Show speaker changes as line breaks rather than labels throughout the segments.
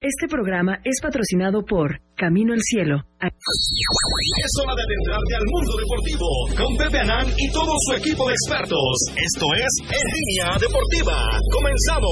Este programa es patrocinado por Camino al Cielo.
Es hora de adentrarte al mundo deportivo con Pepe Anán y todo su equipo de expertos. Esto es En Línea Deportiva. Comenzamos.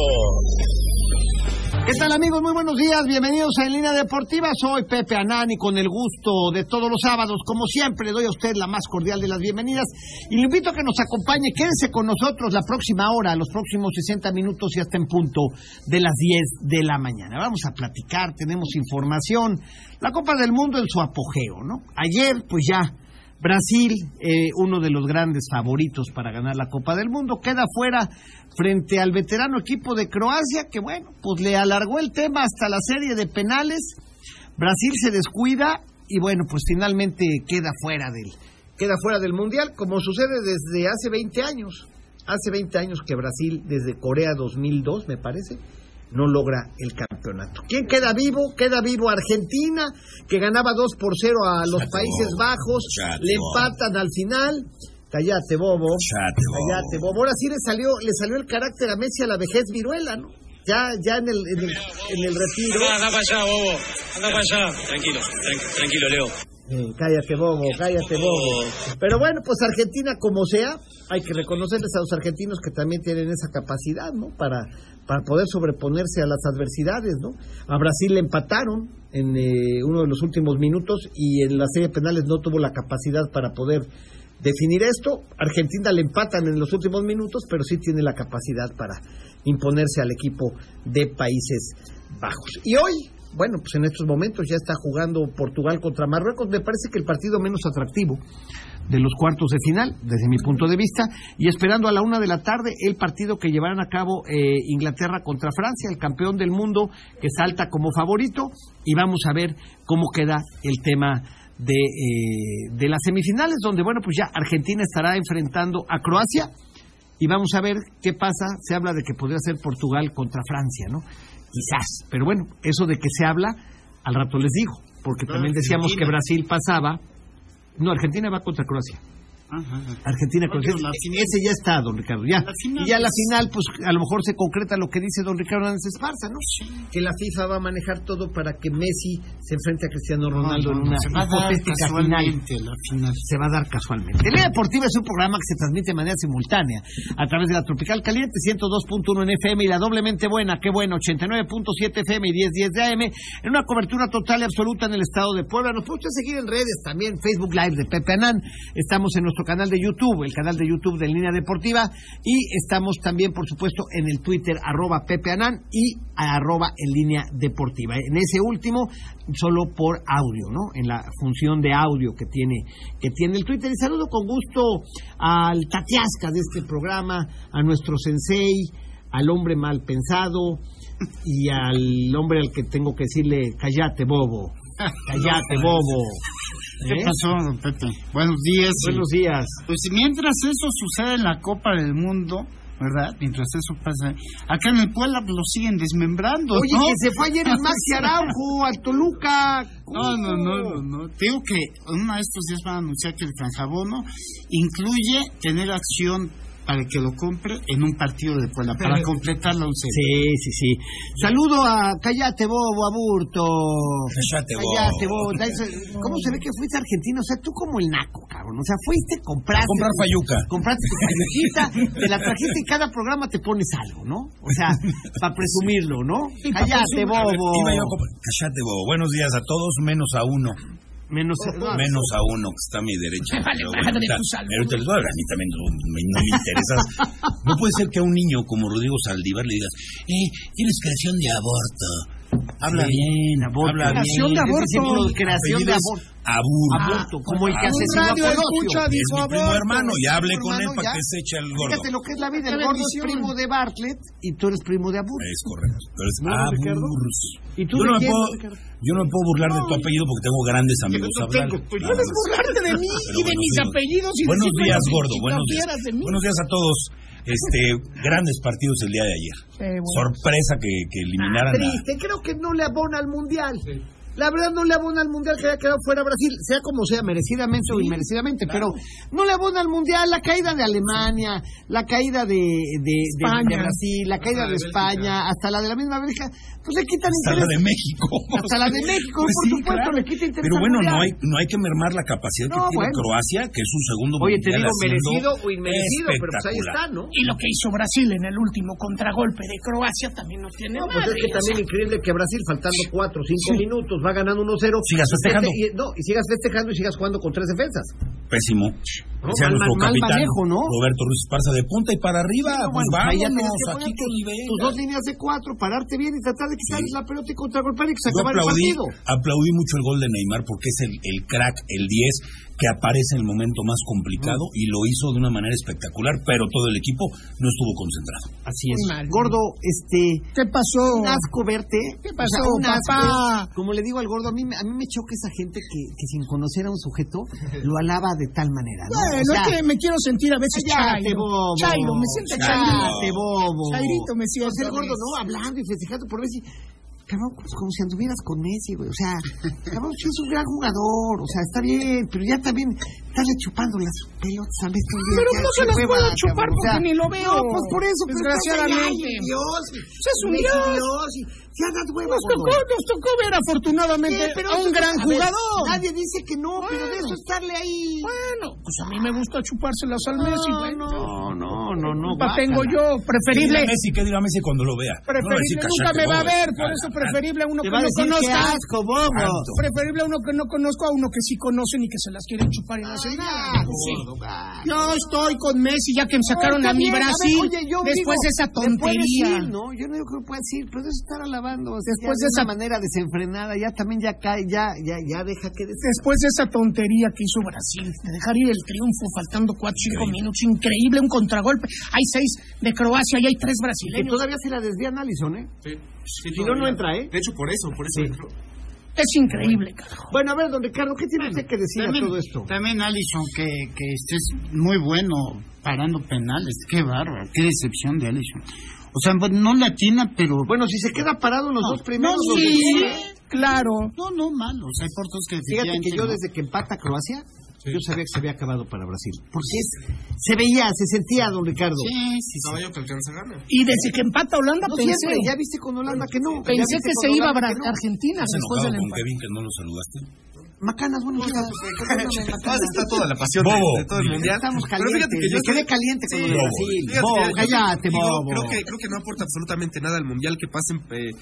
¿Qué tal amigos? Muy buenos días, bienvenidos a En Línea Deportiva. Soy Pepe Anani con el gusto de todos los sábados, como siempre, le doy a usted la más cordial de las bienvenidas y le invito a que nos acompañe, quédense con nosotros la próxima hora, los próximos 60 minutos y hasta en punto de las 10 de la mañana. Vamos a platicar, tenemos información, la Copa del Mundo en su apogeo, ¿no? Ayer, pues ya, Brasil, eh, uno de los grandes favoritos para ganar la Copa del Mundo, queda fuera frente al veterano equipo de Croacia, que bueno, pues le alargó el tema hasta la serie de penales. Brasil se descuida y bueno, pues finalmente queda fuera del, queda fuera del Mundial, como sucede desde hace 20 años. Hace 20 años que Brasil, desde Corea 2002, me parece, no logra el campeonato. ¿Quién queda vivo? Queda vivo Argentina, que ganaba 2 por 0 a los
Chato,
Países Bajos,
chato.
le empatan al final. Cállate, bobo.
Chato.
Cállate, bobo. Ahora sí le salió, le salió el carácter a Messi a la vejez viruela, ¿no? Ya, ya en el, en el, en el retiro.
Anda, anda para allá, bobo. Anda para allá. Tranquilo, tran- tranquilo, Leo.
Eh, cállate, bobo, cállate, bobo. Pero bueno, pues Argentina, como sea, hay que reconocerles a los argentinos que también tienen esa capacidad, ¿no? Para, para poder sobreponerse a las adversidades, ¿no? A Brasil le empataron en eh, uno de los últimos minutos y en la serie de penales no tuvo la capacidad para poder definir esto. Argentina le empatan en los últimos minutos, pero sí tiene la capacidad para imponerse al equipo de Países Bajos. Y hoy, bueno, pues en estos momentos ya está jugando Portugal contra Marruecos. Me parece que el partido menos atractivo de los cuartos de final, desde mi punto de vista, y esperando a la una de la tarde el partido que llevarán a cabo eh, Inglaterra contra Francia, el campeón del mundo que salta como favorito, y vamos a ver cómo queda el tema de, eh, de las semifinales, donde, bueno, pues ya Argentina estará enfrentando a Croacia, y vamos a ver qué pasa. Se habla de que podría ser Portugal contra Francia, ¿no? Quizás, pero bueno, eso de que se habla, al rato les digo, porque también decíamos que Brasil pasaba. No, Argentina va contra Croacia. Argentina contra
pero la final-
Ese ya está, don Ricardo, ya.
La final
y ya la
es-
final, pues a lo mejor se concreta lo que dice don Ricardo Hernández Esparza, ¿no? Que la FIFA va a manejar todo para que Messi se enfrente a Cristiano Ronaldo en una
se va a dar
hipotética final
casualmente la final.
se va a dar casualmente. Línea Deportiva es un programa que se transmite de manera simultánea a través de la Tropical Caliente 102.1 en FM y la doblemente buena, qué bueno, 89.7 FM y 1010 de AM en una cobertura total y absoluta en el estado de Puebla. Nos puede usted seguir en redes también, Facebook Live de Pepe Anán. Estamos en nuestro canal de YouTube, el canal de YouTube de Línea Deportiva y estamos también, por supuesto, en el Twitter arroba Pepe Anán y arroba en línea deportiva. En ese último, solo por audio, ¿no? En la función de audio que tiene, que tiene el Twitter. Y saludo con gusto al Tatiasca de este programa, a nuestro sensei, al hombre mal pensado y al hombre al que tengo que decirle, cállate bobo, cállate bobo.
pues. ¿Qué
¿Eh?
pasó, don Pepe? Buenos días.
Buenos días.
Pues mientras eso sucede en la Copa del Mundo, ¿verdad? Mientras eso pasa, acá en el Puebla pues, lo siguen desmembrando,
Oye,
Pues ¿no?
que se fue ayer el Maxi Araujo al Toluca.
No, no, no, no, no. Te Digo que en uno de estos días van a anunciar que el canjabono incluye tener acción para que lo compre en un partido de Puebla, para completar la once.
Sí, sí, sí. Saludo a Cállate Bobo, Aburto.
Cállate, bobo.
Cállate Bobo. Da ese- ¿Cómo se ve que fuiste argentino? O sea, tú como el naco, cabrón. O sea, fuiste, compraste.
Comprar
tu-
fayuca.
Compraste tu fayuquita, te la trajiste y cada programa te pones algo, ¿no? O sea, para presumirlo, ¿no? Cállate
A ver,
Bobo.
iba yo a comprar- Cállate, bobo. Buenos días a todos, menos a uno.
Menos.
Menos a uno que está a mi derecha. Pero bueno, ahorita, ahorita les voy a hablar. A mí también no me, no me interesa. No puede ser que a un niño como Rodrigo Saldívar le digas, eh, tienes creación de aborto. Habla
Sí,
bien,
aborto.
habla bien. Este
Creación de
Ese
aborto.
señor
Creación de
apellido es
aborto.
Aburto.
Aborto, pues. como el que
Ah,
asesinó a
radio
Colosio.
escucha, dijo Es mi primo
aborto,
hermano,
es
y
mi
hable
primo
con él
hermano,
para
ya.
que se eche el gordo.
Fíjate lo que es la vida. El gordo es primo de Bartlett y tú eres primo de Aburto.
Es correcto. Pero es
¿No, Ricardo?
aburros.
¿Y tú
yo, no
de
me
quién,
puedo,
Ricardo?
yo no me puedo burlar de tu apellido porque tengo grandes amigos.
no
hablar.
tengo, pues,
Nada
puedes
más.
burlarte de mí
Pero
y de
buenos
mis
días.
apellidos y
Buenos
decirme
días,
lo que
gordo.
tú
Buenos días.
quieras de mí.
Buenos días a todos. Este, grandes partidos el día
Ah,
de ayer. Sorpresa que, que eliminaran a-
Triste, creo que no le abona al mundial. La verdad no le abona al mundial que haya quedado fuera Brasil, sea como sea, merecidamente o inmerecidamente, pero no le abona al mundial la caída de Alemania, la caída de, de- de- de Brasil, la caída de España, hasta la de la misma Bélgica, pues le quitan
Hasta la
interés.
de México.
Hasta la de México,
Pues
por
sí,
supuesto,
claro.
le quita interés
Pero
al
bueno, no
mundial.
hay, no hay que mermar la capacidad que
No,
tiene
bueno.
Croacia, que es su segundo
Oye, te
mundial
digo
haciendo
merecido o inmerecido, pero pues ahí
espectacular.
está, ¿no?
Y lo que hizo Brasil en el último contragolpe de Croacia también no tiene
No, pues
nada.
es que también increíble que Brasil, faltando 4 o 5 minutos, va ganando 1-0.
Sigas festejando.
Y, no, y sigas festejando y sigas jugando con tres defensas.
Pésimo.
No,
sea
mal-
nuestro
mal
capitán
manejo, ¿no?
Roberto Ruiz Esparza de punta y para arriba.
No,
pues
bueno, ahí ya
vámonos,
tienes que
aquí
poner
con nivel.
Tus dos líneas de 4, pararte bien y tratar de quitarles la pelota y contragolpear y que se
Yo
acabara el
aplaudí,
partido.
aplaudí mucho el gol de Neymar porque es el, el crack, el 10, que aparece en el momento más complicado y lo hizo de una manera espectacular, pero todo el equipo no estuvo concentrado.
Así
es. Muy mal.
Gordo, este.
¿Qué pasó?
Un asco verte.
¿Qué pasó,
un asco.
papá?
Como le digo al gordo, a mí, me- a mí me choca esa gente que, que sin conocer a un sujeto lo alaba de tal manera. ¿no?
Bueno,
O sea,
es que me quiero sentir a veces
Cállate,
chairo.
bobo.
Chairo, me siento chairo.
Cállate, bobo.
Chairito me siento.
O sea, el gordo, ¿no? Hablando y festejando por Messi. Cabrón, pues como si anduvieras con Messi, güey. O sea, cabrón, sí es un gran jugador. O sea, está bien, pero ya también estarle chupando las pelotas a Messi.
Pero no se las puedo chupar
porque
porque ni lo veo.
No, pues por eso. pero
Desgraciadamente.
ay, ay, Dios.
es un
Messi,
dios.
Dios. y- Ya das huevos,
Nos tocó,
gordo.
nos tocó ver afortunadamente
Sí, pero
a un
entonces, a
gran
ver,
jugador.
Nadie dice que no, pero de eso estarle ahí.
Bueno, pues a mí me gusta chupárselas al Messi.
Ah,
güey.
No, no, no, no.
Culpa tengo
¿Qué
yo,
dirá
preferible.
Messi? ¿Qué dirá Messi cuando lo vea? No le va a decir, Ah,
Preferible, nunca
"Cállate,
me va a
bobo".
ver, por eso
Cállate.
preferible a uno
Te
que
va a
no
decir que
conozca.
asco, bobo.
Tanto.
Preferible a uno que no conozco a uno que sí conocen y que se las quieren chupar y no hacen nada. Pues sí. Yo estoy con Messi ya que me sacaron
Está
a mi
bien,
Brasil
ver, oye, yo
después
digo,
de esa
te puedes
tontería.
ir, ¿no? Yo no digo que lo puedas ir, pero de eso estar alabando. o sea,
Después
ya de
de
esa
esa-
manera desenfrenada, ya también ya cae, ya, ya, ya deja que des...
Después de esa tontería que hizo Brasil, de dejar ir el triunfo faltando 4 5 minutos, increíble, un contragolpe. Hay 6 de Croacia y hay 3
Que
brasileños.
todavía se la desvían Alison, ¿eh?
Sí, sí,
Si no, no entra, ¿eh?
De hecho, por eso, por eso entró.
Es increíble, carajo.
Bueno, a ver, don Ricardo, ¿qué tiene usted que decir
También,
a todo esto?
también Allison, que, que estés muy bueno parando penales. Qué bárbaro, qué decepción de Allison. O sea, bueno, no le atina, pero...
Bueno, si se queda parado los dos
no,
primeros... los
sí,
dos-
Claro.
no, no, malo. O sea, hay portos que...
Fíjate que
definitivamente
yo
no.
desde que empata Croacia, yo sabía que se había acabado para Brasil. Porque es, se veía, se sentía, don Ricardo.
Sí, sí, sí.
Estaba yo que alcanza a ganar.
Y desde que empata Holanda
No
pensé,
siempre, ya viste con Holanda que no. ya
pensé
viste
que
con
se iba a
Holanda
Bra-
que no.
Argentina
¿Estás
después
enojado
del
con
empate.
Kevin que no lo saludaste?
Macanas, bueno,
Ah, está toda la pasión de,
Bobo.
de todo el mundial.
Estamos
Pero
calientes.
fíjate que yo
me quedé caliente con
Sí,
lo de
bobo.
Brasil.
Fíjate,
Bobo,
yo-
cállate,
digo,
bobo.
Creo que, creo que no aporta absolutamente nada al mundial que pasen eh,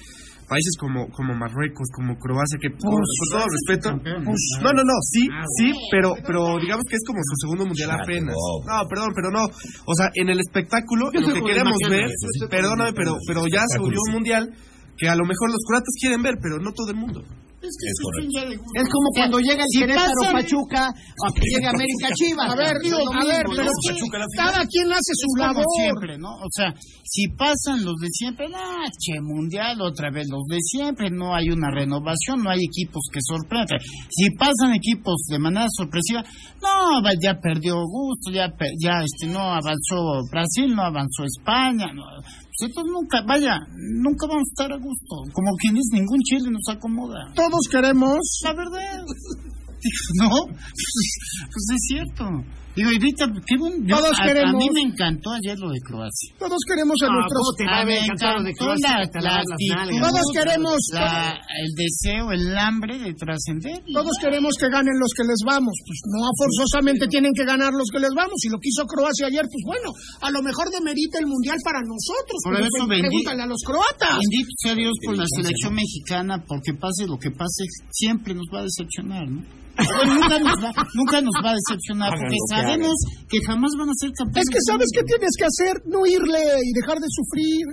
países como, como Marruecos, como Croacia, que por, por todo respeto. No, no, no, sí,
Ah,
sí, pero, pero digamos que es como su segundo mundial
Chato,
apenas.
bobo.
No, perdón, pero no. O sea, en el espectáculo, en lo que queremos ver, perdóname, pero, pero ya se volvió un mundial que a lo mejor los croatas quieren ver, pero no todo el mundo.
Es correcto.
Es como cuando llega el Querétaro Pachuca o que llega América Chivas.
A ver, digo, a ver, pero
¿no?
¿quién-
Pachuca, la final.
cada quien hace su
como
labor.
siempre, ¿no? O sea, si pasan los de siempre, ah, che, mundial, otra vez los de siempre, no hay una renovación, no hay equipos que sorprendan. Si pasan equipos de manera sorpresiva, no, va- ya perdió gusto, ya, per- ya este, no avanzó Brasil, no avanzó España, no. Pues entonces nunca, vaya, nunca vamos a estar a gusto. Como quien dice, ningún Chile nos acomoda.
Todos queremos.
La verdad. No, pues es cierto. Digo, y ahorita, qué bon- yo-
Todos
a- a,
queremos-
mí me encantó ayer lo de Croacia.
Todos queremos a
No,
nuestros.
¿cómo te va a
Ah, me
encantar lo de
encantó
Croacia,
la-
que te
la
lavan las
actitud,
nalgas.
Todos queremos,
la- el deseo, el hambre de trascender. y
Todos queremos que ganen los que les vamos. Pues no forzosamente tienen que ganar los que les vamos. Y lo que hizo Croacia ayer, pues bueno, a lo mejor demerita el mundial para nosotros.
Por
pero
eso
pre-
bendí-
pregúntale a los croatas.
Bendito sea Dios por la selección mexicana, porque pase lo que pase, siempre nos va a decepcionar, ¿no? Bueno, nunca, nos va, nunca nos va a decepcionar, porque sabemos que jamás van a ser campeones.
Es que sabes qué
del mundo.
tienes que hacer, no irle y dejar de sufrir.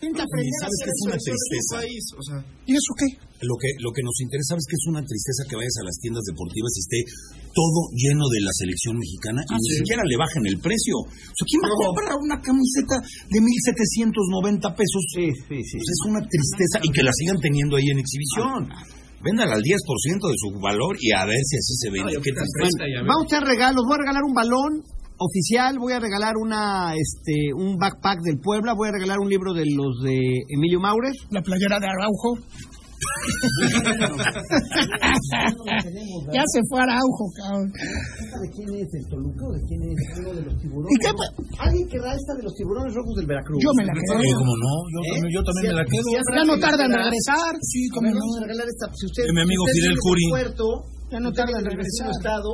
Tienes que aprender a hacer ¿eh?
Es una tristeza.
¿Y eso qué?
Lo que, lo que nos interesa es que es una tristeza que vayas a las tiendas deportivas y esté todo lleno de la selección mexicana y ni siquiera le bajen el precio. O sea, ¿quién va a comprar una camiseta de 1.790 pesos? Pues es una tristeza y que la sigan teniendo ahí en exhibición.
Ah,
Véndala al 10% de su valor y a ver si así se vende. ¿Qué tal?
Vamos a hacer regalos. Voy a regalar un balón oficial. Voy a regalar una, este, un backpack del Puebla. Voy a regalar un libro de los de Emilio Maurer.
La playera de Araujo. ya se fue Araujo, cabrón.
¿De quién es el Toluca o de quién es uno de los tiburones?
¿Y qué? pa-
¿Alguien querrá esta de los tiburones rojos del Veracruz?
Yo me la quedo.
Eh, como no, yo, también- yo también me la quedo.
Ya no tarda en regresar. Sí,
A ver, vamos a regalar esta. Si usted,
De mi amigo
si usted
Fidel
tiene
Curi.
un puerto,
Ya no
si usted
tarda en
vive el vecino
regresar.
estado,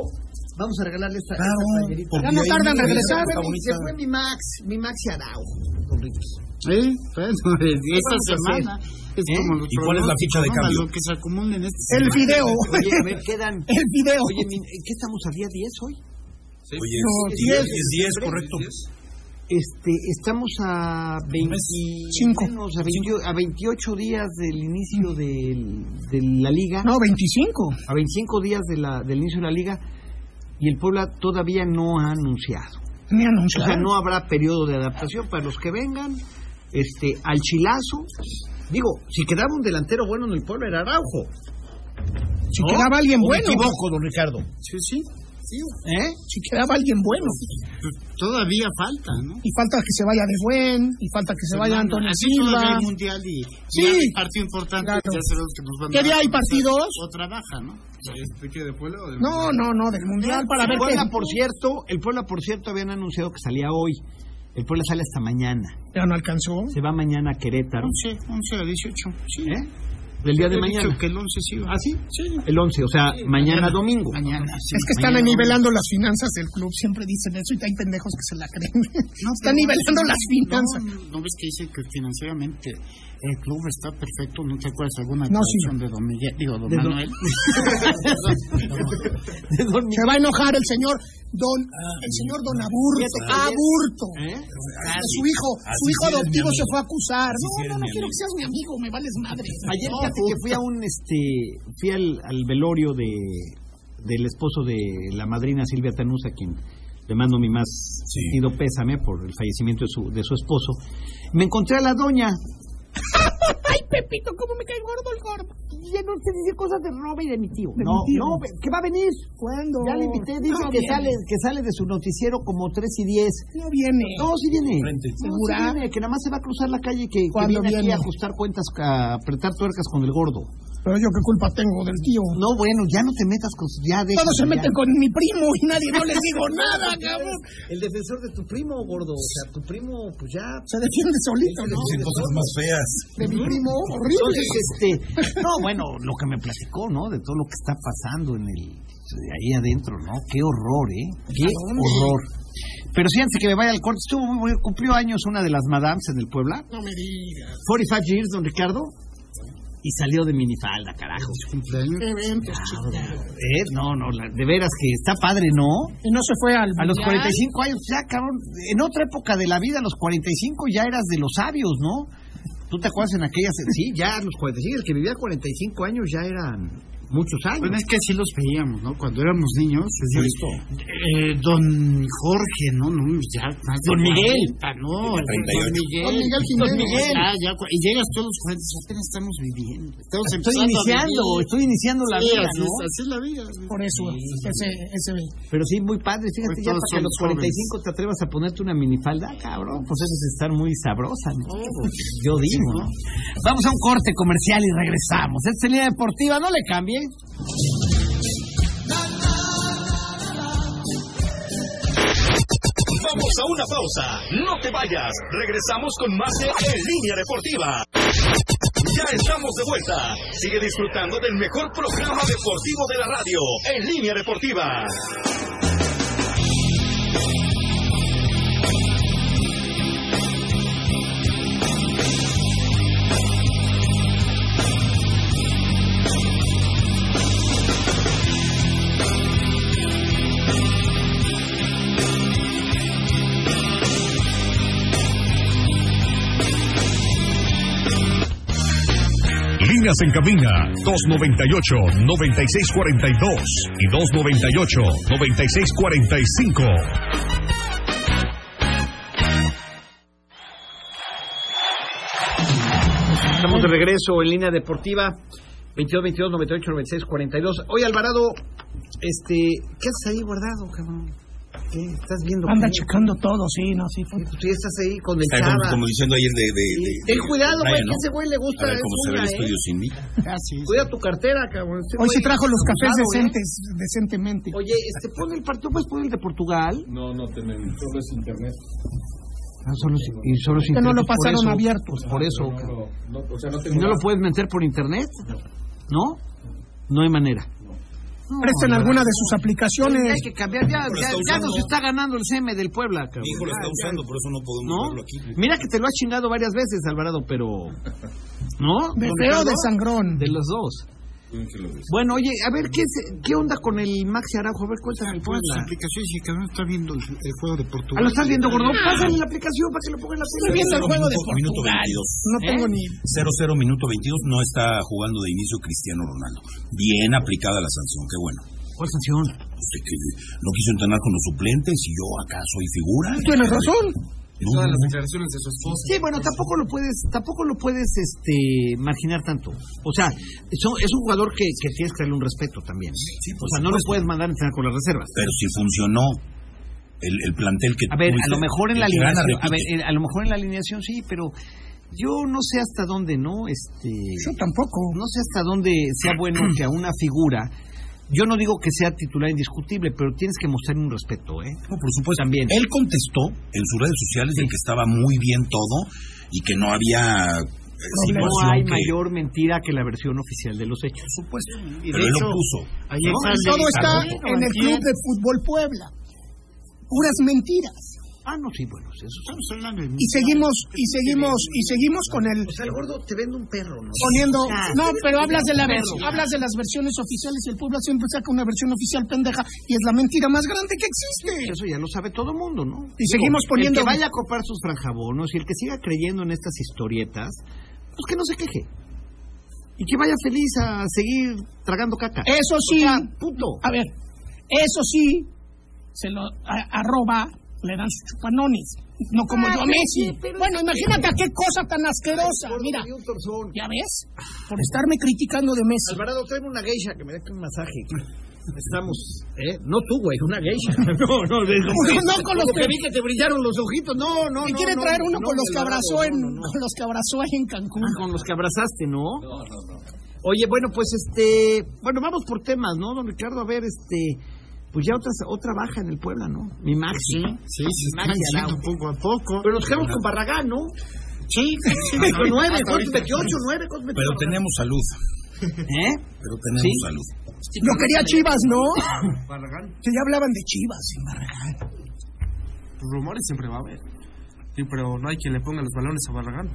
vamos a regalarle esta,
Claro,
esta playerita.
porque
Ya no
ahí
tarda en
está
regresar,
bonita.
¿eh?
Se este fue mi Max, mi Max y Araujo. Don Ricky.
Sí, bueno, esta
vamos a hacer?
semana es
¿Eh?
como los
¿Y cuál es la
pronósticos,
ficha de
¿no?
cambio?
Lo que se acumula en este esta
El
semana.
video.
Oye, a ver, quedan.
El video.
Oye, mi- ¿qué estamos a día 10 hoy?
Oye,
No,
es
diez.
10, es 10, correcto.
Este, estamos a 25
Cinco.
a, 20 a 28 días del inicio del- de la liga,
No, 25.
a 25 días de la- del inicio de la liga, y el Puebla todavía no ha anunciado.
Me
O sea,
anunciaron.
no habrá periodo de adaptación para los que vengan, este, al chilazo. Digo, si quedaba un delantero bueno en el Puebla era Araujo.
Si quedaba alguien
¿O me
bueno.
equivoco, don Ricardo.
Sí, sí.
¿Eh?
Si quedaba alguien bueno.
Todavía falta, ¿no?
Y falta que se vaya De Buen, y falta que se vaya Antonio
Así todavía
Silva.
hay mundial y
Sí.
ya hay partido importante.
Claro.
Ya sabemos que nos van
¿Qué día hay partidos?
Otra baja, ¿no?
¿Este qué de Puebla o de
No, no, no, del Mundial para
el
ver
Puebla,
qué.
por cierto, el Puebla, por cierto, habían anunciado que salía hoy. El Puebla sale hasta mañana.
Ya no alcanzó.
Se va mañana a Querétaro.
11, 11 a 18. Sí.
¿Eh? Del día de
He
mañana.
dicho que el 11 sí va.
¿Ah, sí?
Sí.
El 11, o sea, mañana domingo.
Mañana. sí.
es que están
mañana.
nivelando las finanzas del club, siempre dicen eso y hay pendejos que se la creen.
pero-
están nivelando las
No,
finanzas.
No, ves que dicen que financieramente el club está perfecto? ¿No te acuerdas de alguna
No, sí.
declaración de Don Miguel? Digo, Don
De don-
Manuel.
De don-
Se va a enojar el señor Don, el señor Don Aburto, Aburto.
¿Eh?
Su hijo, su
Así
hijo
sí eres
adoptivo
mi
se fue a acusar.
sí
No, no,
eres
no
mi
quiero
amigo.
que seas mi amigo, me vales madre.
Ayer
No,
fíjate que fui a un este fui al, al velorio de del esposo de la madrina Silvia Tanús a quien le mando mi más sentido pésame por el fallecimiento de su de su esposo. Me encontré a la doña
Ay, Pepito, cómo me cae gordo el gordo.
ya no te dice cosas de Roba y de mi tío.
De
no,
mi tío.
no, que va a venir.
¿Cuándo?
Ya le invité, dice
No
que
viene.
sale, que sale de su noticiero como 3 y 10.
No viene.
No, sí viene. No, sí
¿Segura?
viene, que nada más se va a cruzar la calle y que, que
¿Cuándo
viene aquí
viene?
a ajustar cuentas, a apretar tuercas con el gordo.
Pero yo qué culpa tengo del tío.
No, bueno, ya no te metas con su- ya déjalo,
Todos se
ya.
meten con mi primo y nadie no les digo nada, cabrón.
El defensor de tu primo, gordo. O sea, tu primo, pues ya.
Se defiende solito, ¿no?
Dicen cosas más feas.
De mi primo, horrible.
Entonces, este. No, bueno, lo que me platicó, ¿no? De todo lo que está pasando en el. Ahí adentro, ¿no? Qué horror, ¿eh? Qué horror. Pero sí, antes que me vaya al corte, estuvo muy bueno. Cumplió años una de las madams en el Puebla.
No me digas.
45 years, don Ricardo. Y salió de minifalda, carajo.
Qué eventos, chica.
¿Eh? No, no, la- de veras que está padre, ¿no?
Y no se fue al.
A los
mundial.
45 años, ya, cabrón, en otra época de la vida, a los 45 ya eras de los sabios, ¿no? ¿Tú te acuerdas en aquellas? Sí, ya a los 45, el que vivía 45 años ya eran muchos años.
Bueno, es que así los veíamos, ¿no? Cuando éramos niños. Es decir, eh, don Jorge, ¿no? no ya, más de
Don Miguel.
40, no, don
38.
Miguel.
Don Miguel
Don
Jiménez.
Miguel. Ya, ya, cu- y llegas todos los 40, apenas estamos viviendo. Estamos
Estoy
empezando a
iniciando,
vivir.
estoy iniciando la
Sí,
vida,
así,
¿no?
es, así es la vida.
Por eso, ese, ese.
Pero sí, muy padre, fíjate,
Pues
ya
todos
para que a los
somos
45 te atrevas a ponerte una minifalda, cabrón, pues eso es estar muy sabrosa, ¿no? Pues, Yo digo, ¿no? Vamos a un corte comercial y regresamos. Esta es línea deportiva, no le cambie.
Vamos a una pausa. No te vayas. Regresamos con más de En Línea Deportiva. Ya estamos de vuelta. Sigue disfrutando del mejor programa deportivo de la radio. En Línea Deportiva.
Líneas en cabina 298-9642 y 298-9645.
Estamos de regreso en línea deportiva 22 22 Pues 98 96 42. Hoy Alvarado, este, ¿qué haces ahí guardado, cabrón? ¿Qué? ¿Estás viendo?
Anda
qué?
checando todo, sí, no, sí. fue-
Tú ya estás ahí con el
Está
chava.
como, como diciendo ayer de. de, de
Y Ten cuidado, güey,
Brian,
que
¿no?
ese güey le gusta
A ver
la
cómo se ve el
uña,
estudio
¿eh?
sin mí.
Ah, sí.
Cuida tu cartera, cabrón. Este
Hoy
güey
sí trajo los cafés
abusado, ¿eh?
decentes, decentemente.
Oye, este, pon el partido, pues pon el de Portugal.
No, no tenemos, solo es internet.
y solo
Que Este no lo pasaron abiertos.
Pues Por eso,
No,
cabrón.
lo- no, o sea, no
¿Y
tengo
no lo
nada.
puedes meter por internet? ¿No? No hay manera.
Presten alguna de sus
Hay
aplicaciones.
que cambiar, ya,
Pero está
ya, ya
usando-
nos está ganando el CM del Puebla, cabrón.
Mi hijo lo está usando, por eso no podemos
Ah, ¿No?
verlo aquí.
Mira que te lo has chingado varias veces, Alvarado, pero. ¿No?
De
¿Don Ricardo?
feo, de sangrón.
De los dos. Bueno, oye, a ver, ¿qué, se- qué onda con el Maxi Araujo? A ver, cuéntame, Puebla.
aplicaciones Pues, y cada uno está viendo el, el juego de
Ah, ¿Lo
Portugal.
estás viendo, gordo? Pásale la aplicación para que lo ponga en la tele.
Minuto 22.
No tengo ni.
0-0 minuto 22. No está jugando de inicio Cristiano Ronaldo. Bien aplicada la sanción, qué bueno.
¿Cuál sanción?
No sé qué- no quiso entrenar con los suplentes y yo acá soy figura.
Tienes razón.
No, no,
Todas las
no.
declaraciones de su esposa.
Sí, bueno, tampoco lo puedes, tampoco lo puedes este, marginar tanto. O sea, son- es un jugador que, que tienes que darle un respeto también. o sea, no lo puedes mandar a entrenar con las reservas.
Pero si funcionó el, el plantel que
A ver,
tuviste,
a lo mejor en
el
la
que gana,
alineación, a, ver,
repite.
eh, a lo mejor en la alineación sí, pero yo no sé hasta dónde, ¿no? Este,
Yo tampoco.
no sé hasta dónde sea bueno que a una figura, yo no digo que sea titular indiscutible, pero tienes que mostrar un respeto, ¿eh?
No, por supuesto.
También.
Él contestó en sus redes sociales de que estaba muy bien todo y que no había eh,
No
situación
hay
que-
mayor mentira que la versión oficial de los hechos. Por supuesto.
Pero él lo puso.
Ayer
No,
sale-
Todo está
salió-
en el Club de Fútbol Puebla. Puras mentiras.
Ah, no, sí, bueno, sí, eso
Estamos hablando de mí.
Y seguimos, y seguimos, y seguimos con el.
sea, el gordo te vende un perro, ¿no?
poniendo
Ah.
no pero hablas de la vers- hablas de las versiones oficiales y el pueblo siempre saca una versión oficial pendeja y es la mentira más grande que existe
Eso ya lo sabe todo el mundo, ¿no?
Y seguimos poniendo-
El que vaya a comprar sus franjabonos y el que siga creyendo en estas historietas, pues que no se queje. Y que vaya feliz a seguir tragando caca.
eso sí
Puto.
a ver eso sí se lo a- arroba le dan sus chupanones no como yo a Messi bueno imagínate a qué cosa tan asquerosa mira
Y un torzón.
ya ves por estarme criticando de Messi
Alvarado, tráeme una geisha que me dé un masaje. Estamos, ¿eh? No tú, güey, una geisha. No, no,
No, con los
Como que
que-
vi que te brillaron los ojitos. No, no,
y
no,
quiere
no,
traer uno
no,
con los que
Alvarado,
abrazó en
no, no, no.
con los que abrazó en Cancún
Ah, con los que abrazaste, ¿no? Oye, bueno, pues este, bueno, vamos por temas, ¿no, don Ricardo? A ver, este, pues ya otra, otra baja en el Puebla, ¿no? Mi Maxi.
Sí, se
Maxi
están yendo
Araujo.
poco a poco.
Pero nos quedamos con Barragán, ¿no?
Sí, sí,
Ah, con nueve, ¿cuántos metió? Ocho, nueve, ¿cuántos metió?
Pero tenemos salud.
¿Eh?
Pero tenemos
Sí.
salud.
no quería Chivas no
Barragán,
que ya hablaban de Chivas y Barragán
pues, rumores siempre va a haber. Sí, pero no hay quien le ponga los balones a Barragán.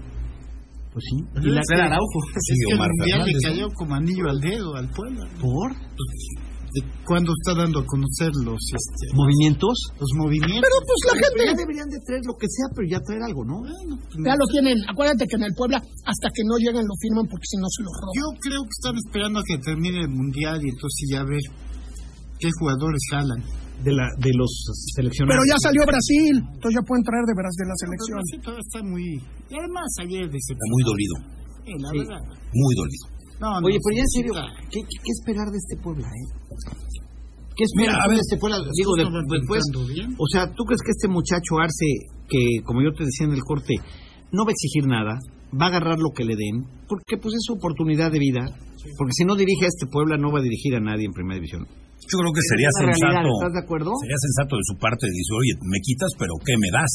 Pues sí.
Y la cara Araujo.
Sí,
que el
Omar
mundial le
Fernández, ¿no?
cayó como anillo al dedo al pueblo.
¿Por?
Cuando Pues, está dando a conocer los, este,
¿Movimientos?
los movimientos.
pero pues la gente
Ya deberían de traer lo que sea, pero ya traer algo, ¿no?
pues,
Ya lo tienen. Acuérdate que en el Puebla, hasta que no lleguen, lo firman porque si no se lo roban.
Yo creo que están esperando a que termine el mundial y entonces ya ver qué jugadores jalan.
De, la, de los
Pero
seleccionados.
ya salió Brasil, entonces ya pueden traer de veras de la selección.
Pero sí, todo está muy. Y además ayer dice.
Está muy dolido.
eh, la
Sí.
verdad.
Muy dolido.
No, no,
Oye, pero ya en
sí,
serio,
está-
¿qué, qué, qué esperar de este Puebla, eh? ¿Qué esperar de este Puebla? Digo, de-
estaban
después,
pintando bien.
o sea, ¿tú crees que este muchacho Arce, que como yo te decía en el corte, no va a exigir nada, va a agarrar lo que le den, porque pues es su oportunidad de vida, porque si no dirige a este Puebla no va a dirigir a nadie en Primera División.
Yo creo que sería
Es una realidad,
sensato.
¿Estás de acuerdo?
Sería sensato de su parte decir, oye, me quitas, pero ¿qué me das?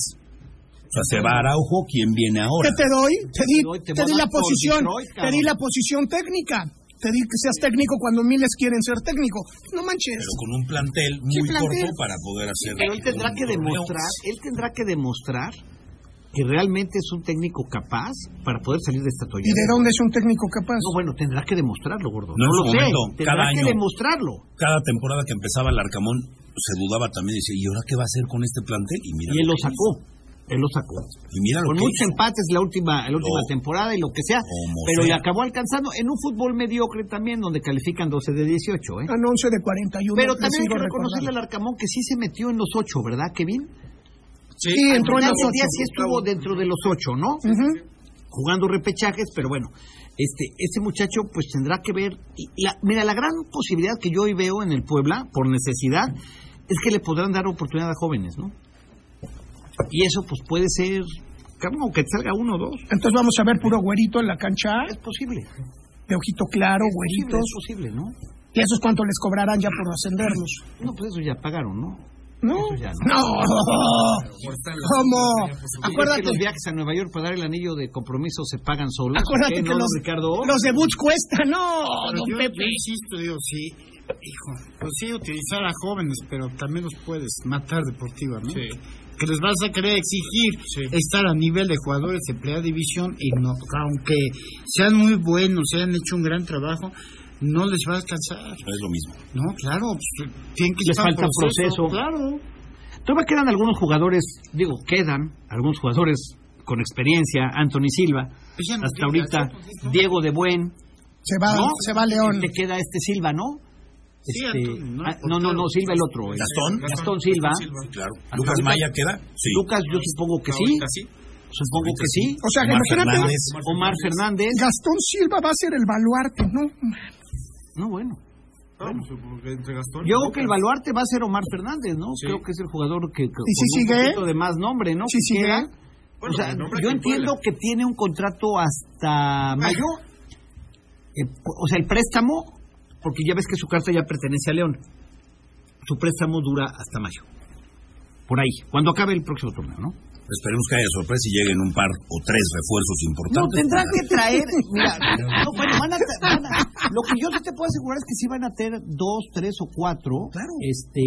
O sea, se va Araujo, ¿quién viene ahora?
¿Qué te doy? Te di,
doy, te
te
voy a
di
dar
la
por
posición,
Detroit,
te di la posición técnica. Te di que seas técnico cuando miles quieren ser técnico. No manches.
Pero con un plantel muy corto
plantel?
para poder hacer.
Pero él tendrá
un
que
torneo.
demostrar, él tendrá que demostrar que realmente es un técnico capaz para poder salir de esta
¿Y de
toalla.
dónde es un técnico capaz?
No, bueno, tendrá que demostrarlo, gordo.
No, en
lo
su
sé.
momento,
Tendrá
cada
que
año.
demostrarlo.
Cada temporada que empezaba el Arcamón se dudaba también, decía, ¿y ahora qué va a hacer con este plantel? Y mira,
Y él
lo
lo
que
sacó. Él lo sacó.
hizo. Y mira lo
Con
que
muchos
hizo.
empates la última, la última
No.
temporada y lo que sea.
Como
Pero le
sea.
acabó alcanzando en un fútbol mediocre también, donde califican 12 de 18. ¿eh?
An 11 de 41.
Pero
les
también hay
Ah, sigo
que reconocerle
recordando.
al Arcamón que sí se metió en los 8, ¿verdad, Kevin?
Sí, entró en los
Fernández
8.
Díaz sí estuvo dentro de los 8, ¿no?
Mm.
jugando repechajes, pero bueno, este, este muchacho pues tendrá que ver, y la- mira, la gran posibilidad que yo hoy veo en el Puebla, por necesidad, es que le podrán dar oportunidad a jóvenes, ¿no? Y eso pues puede ser, cabrón, que salga uno o dos,
Entonces vamos a ver puro güerito en la cancha,
es posible,
de ojito claro,
posible,
güeritos.
es posible, ¿no?
¿Y esos cuánto les cobrarán ya por ascendernos?
No, pues eso ya pagaron, ¿no?
¿No?
Eso ya
¡No! ¿Cómo?
Acuérdate que
Acuérdate,
los viajes a Nueva York para dar el anillo de compromiso se pagan solos.
Acuérdate
¿Qué,
que
no,
los-
Ricardo?
los debuts cuestan, no,
Pero
don
yo,
Pepe.
yo insisto, digo, sí, hijo, pues sí, utilizar a jóvenes, pero también los puedes matar deportivamente. Que les vas a querer exigir estar a nivel de jugadores de primera división y no, aunque sean muy buenos, hayan hecho un gran trabajo, no les va a alcanzar.
No es lo mismo.
No, claro, pues, tienen que
Les
llevar
falta proceso.
Claro.
Todavía quedan algunos jugadores, digo, quedan algunos jugadores con experiencia, Anthony Silva,
Pues ya no
hasta
tiene
ahorita
razón, pues, ¿no?
Diego de Buen,
Se va,
¿no?
Ah, se va León.
Te queda este Silva, ¿no?
Sí,
Este,
Anthony, no,
ah, no, no, no, Silva el otro. el-
Gastón.
Gastón Silva.
Sí, claro. Lucas Maya queda. Sí.
Lucas, yo supongo que sí,
Ahorita sí.
supongo
Ahorita
que sí.
O sea,
Omar
imagínate,
Fernández.
Omar Fernández,
Gastón Silva va a ser el baluarte, ¿no?
no, bueno.
pues,
entre Gastón y
Yo creo
Lucas.
que el baluarte va a ser Omar Fernández, ¿no? Creo que es el jugador que, que
¿Y si
con un
sigue?
poquito de más nombre, ¿no? Que
Sí, sigue.
queda. o
Bueno,
sea,
el nombre Ah.
yo
que
entiendo que tiene un contrato hasta mayo. Eh, o sea, el préstamo, porque ya ves que su carta ya pertenece a León. Su préstamo dura hasta mayo. Por ahí, cuando acabe el próximo torneo, ¿no?
Esperemos que haya sorpresa y lleguen un par o tres refuerzos importantes.
No, tendrán que traer. Mira, no, bueno, van a, tra- van a- lo que yo sí te puedo asegurar es que sí van a tener dos, tres o cuatro este,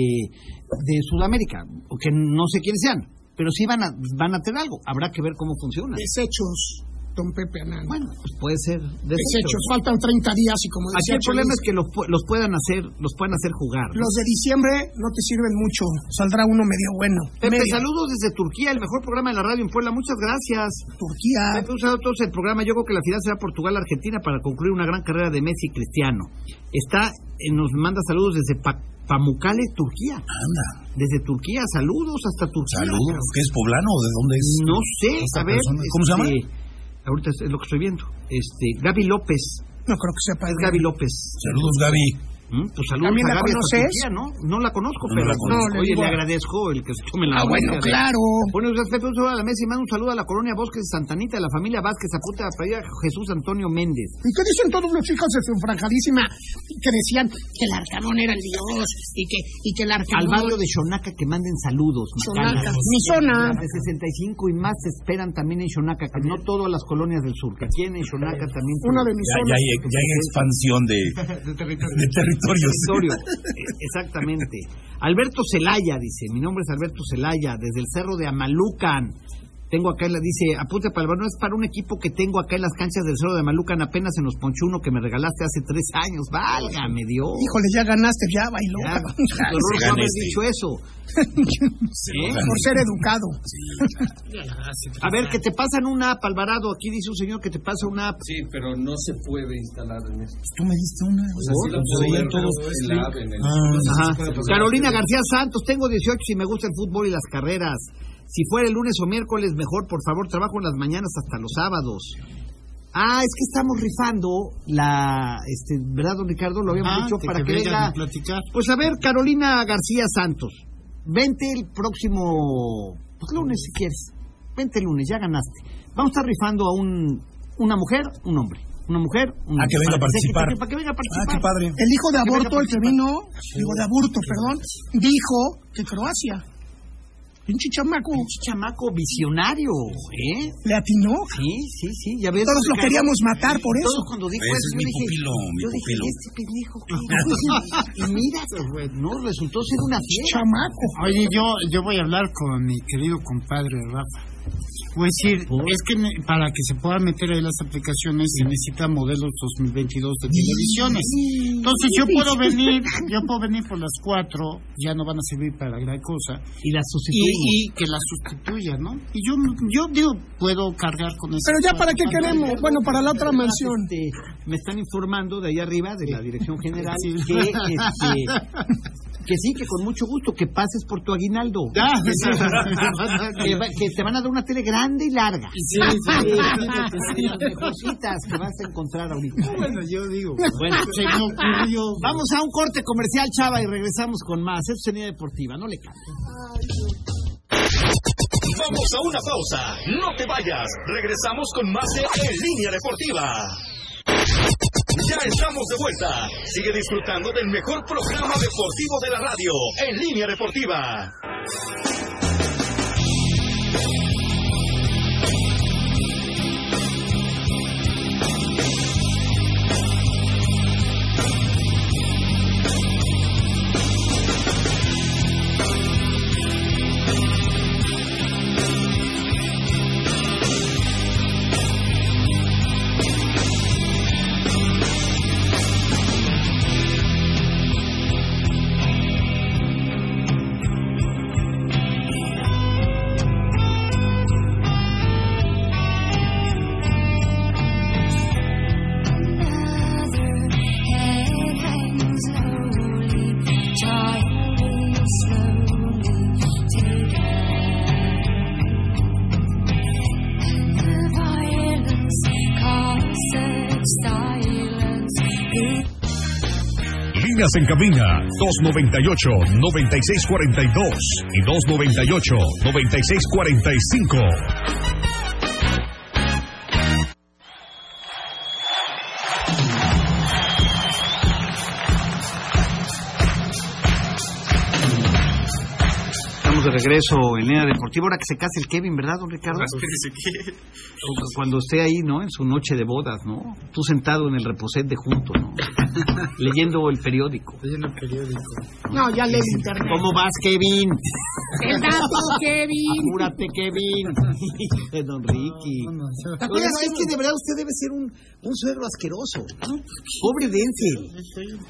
de Sudamérica, o que no sé quiénes sean, pero sí van a, van a tener algo. Habrá que ver cómo funciona.
Desechos, don Pepe Anán.
Bueno, pues puede ser
Desechos,
desechos.
faltan 30 días y como
Aquí
decía
el problema es
Chelis,
que los, pu- los puedan hacer, los puedan hacer jugar. ¿no?
los de diciembre no te sirven mucho, saldrá uno medio bueno.
Pepe,
Medio.
saludos desde Turquía, el mejor programa de la radio en Puebla. Muchas gracias.
Turquía,
Pepe, usado todos el programa. Yo creo que la final será Portugal-Argentina para concluir una gran carrera de Messi y Cristiano. Está, eh, nos manda saludos desde Pa- Pamukkale, Turquía.
Anda.
Desde Turquía, saludos hasta Turquía.
Saludos. ¿Qué es poblano o de dónde es?
No sé,
Esta
a ver.
persona, ¿cómo se llama?
este, Ahorita es lo que estoy viendo. Este, Gaby López.
no creo que sepa.
Es Gaby López.
Saludos, Gaby.
¿Mm? Pues saludos a
¿También la
Gaby hasta
conoces?
Turquía, ¿no? No la
No,
conozco,
no
pero pues,
la conozco.
No, le
oye,
digo
le
a-
agradezco el que se tome la
Ah, bueno,
molestia de-
claro.
Pone usted Pepe, un saludo a la mesa y manda un saludo a la colonia Bosques de Santanita, a la familia Vázquez Zapota, a Playa Jesús Antonio Méndez.
¿Y qué dicen todos los chicos de Franjadísima? Que decían que el Arcamón era el dios y que, y que el
al
Arcamón...
barrio de Xonaca que manden saludos.
Xonaca,
Macana.
mi zona.
De 65 y más se esperan también en Xonaca, que no todas las colonias del sur, que aquí en Xonaca también.
Una de mis
Ya, ya
zonas.
hay, ya hay expansión de, de territorios.
territorio. Eh, Exactamente. Alberto Celaya dice, mi nombre es Alberto Celaya, desde el cerro de Amalucan. Tengo acá, la- dice, apunte para el balón, es para un equipo que tengo acá en las canchas del cerro de Amalucan, apenas en los ponchó uno que me regalaste hace tres años. Válgame Dios.
Híjole, ya ganaste, ya bailó.
Ya,
cabrón.
qué horror
Se gana
haber
este.
dicho eso.
Se
¿Eh?
enojan.
Por ser educado.
A ver, que te pasan una app, Alvarado. Aquí dice un señor que te pasa una app.
Sí, pero no se puede instalar en esto.
Tú me diste una. O sea, sí la
Entonces,
podían
en
todos.
la app, en el-
Ah,
Ah. Ajá. Carolina García Santos, tengo 18 y me gusta el fútbol y las carreras. Si fuera el lunes o miércoles, mejor, por favor, trabajo en las mañanas hasta los sábados. Ah, es que estamos rifando la, este, ¿verdad, don Ricardo? Lo habíamos
Ah,
dicho
que
para
te
que
vengan
venga.
a platicar.
Pues a ver, Carolina García Santos, vente el próximo pues, lunes si quieres. Vente el lunes, ya ganaste. Vamos a estar rifando a un, una mujer, un hombre. Una mujer, un
Ah, que venga a
Para se-
participar.
Para que venga a
Ah,
participar.
qué padre.
El hijo de
Que venga
aborto, el que
participar.
vino, digo de aborto, perdón, dijo que Croacia. Pinche chamaco.
Pinche chamaco visionario, ¿eh?
Le atinó.
Sí, sí, sí. Ya ves,
Todos lo
Ricardo.
queríamos matar por
Todos
eso.
cuando dijo
Ese es
eso, yo
mi
dije,
pupilo, mi
yo dije,
pupilo.
este pendejo, ¿qué? y mira, pues, güey, no, resultó ser una fiesta.
Chamaco.
Oye, yo, yo voy a hablar con mi querido compadre Rafa. Voy a decir, es que ne- para que se puedan meter ahí las aplicaciones se necesitan modelos 2022 de televisiones. Entonces yo puedo venir, yo puedo venir por las cuatro, ya no van a servir para gran cosa,
Y la
y, y que las sustituya, ¿no? Y yo, yo digo, puedo cargar con eso.
Pero ya para qué queremos. Bueno, para la otra mansión.
Este, me están informando de ahí arriba, de la Dirección General,
Sí.
que, este,
Que sí, que con mucho gusto, que pases por tu aguinaldo.
Ah, sí.
que, va- que te van a dar una tele grande y larga.
Sí, sí, sí.
De las mejorcitas que vas a encontrar ahorita. Bueno, yo digo.
Bueno, se me ocurrió.
Vamos a un corte comercial, Chava, y regresamos con más. Esto es Línea Deportiva, no le cambies.
Vamos a una pausa. No te vayas. Regresamos con más de En Línea Deportiva. Ya estamos de vuelta. Sigue disfrutando del mejor programa deportivo de la radio. En Línea Deportiva.
Líneas en cabina 298-9642 y 298-9645.
Estamos de regreso en Línea Deportiva. Ahora que se case el Kevin, ¿verdad, don Ricardo? Cuando esté ahí, ¿no? En su noche de bodas, ¿no? Tú sentado en el reposet de junto, ¿no? Leyendo el periódico.
No, ya leí internet.
¿Cómo vas, Kevin?
El dato, Kevin.
Apúrate, Kevin. Dice don Ricky. ¿Te acuerdas que es que de verdad usted debe ser un, un suegro asqueroso? Pobre de Denzel.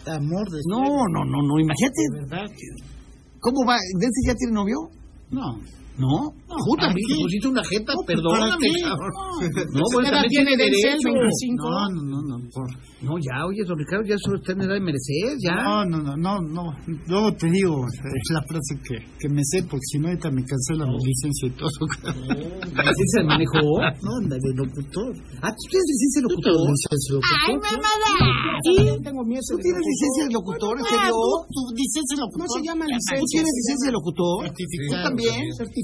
Amor de.
No, no, no, no. Imagínate.
¿Verdad?
¿Cómo va? ¿Denzel ya tiene novio?
No.
No. Puta, pues,
¿para
Ricky,
qué?
pusiste una jeta,
No,
perdóname.
¿para qué?
cabrón.
No,
bueno,
edad
también
tiene Denzel?
derecho.
25.
No, no, no, no. por-
No, ya, oye, don Ricardo, ya eso está en edad de merecer, ya.
No, no, no, no, no. Luego te digo es la frase que, que me sé, porque si no ahorita me cancela mi licencia y todo.
La licencia de manejo. No, la de locutor. Ah, ¿tú tienes licencia de locutor?
¡Ay, mamada! Yo tengo miedo.
¿Tú tienes licencia de locutor,
Ah,
en serio?
Tu licencia es locutor.
No se llama
¿Tú
licencia.
tienes licencia de locutor? ¿Tú
Certificado.
también?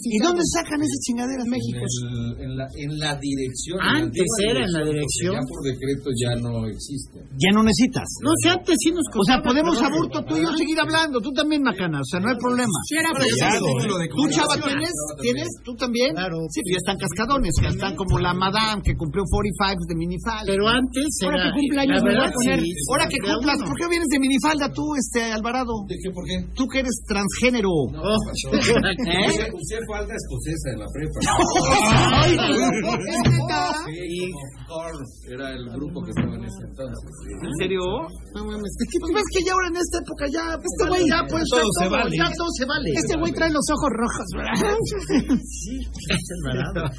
¿Y dónde sacan esas chingaderas?
En,
México.
el- en la, en la dirección.
Antes
antigua
era en la dirección.
porque Ya por decreto ya no existe.
Ya no necesitas.
No, si antes sí nos
O sea, podemos
contaban,
aburto tú y yo seguir hablando. Tú también, Macana. O sea, no hay problema. ¿Tú, Chava, tienes? ¿Tienes? ¿Tú también?
Claro.
Sí, pero ya están cascadones. Ya están como la madame que cumplió 45 de minifalda.
Pero antes
Ahora
era...
que cumpleaños
la
me voy
verdad,
a poner.
sí.
Ahora que cumplas, ¿por qué vienes de minifalda tú, este, Alvarado?
¿De qué? ¿Por qué?
Tú que eres transgénero.
No,
Oh.
pasó. Usé- Usé falda escocesa en la prepa.
Ay, ¿es neta?
Sí, como Korn era el grupo que estaba en ese entonces.
¿En serio? No mames. Es que tú pues, ves que ya ahora en esta época ya. Este güey ya puede ser todo. Se vale. Ya todo se vale.
Este güey trae los ojos rojos, ¿verdad?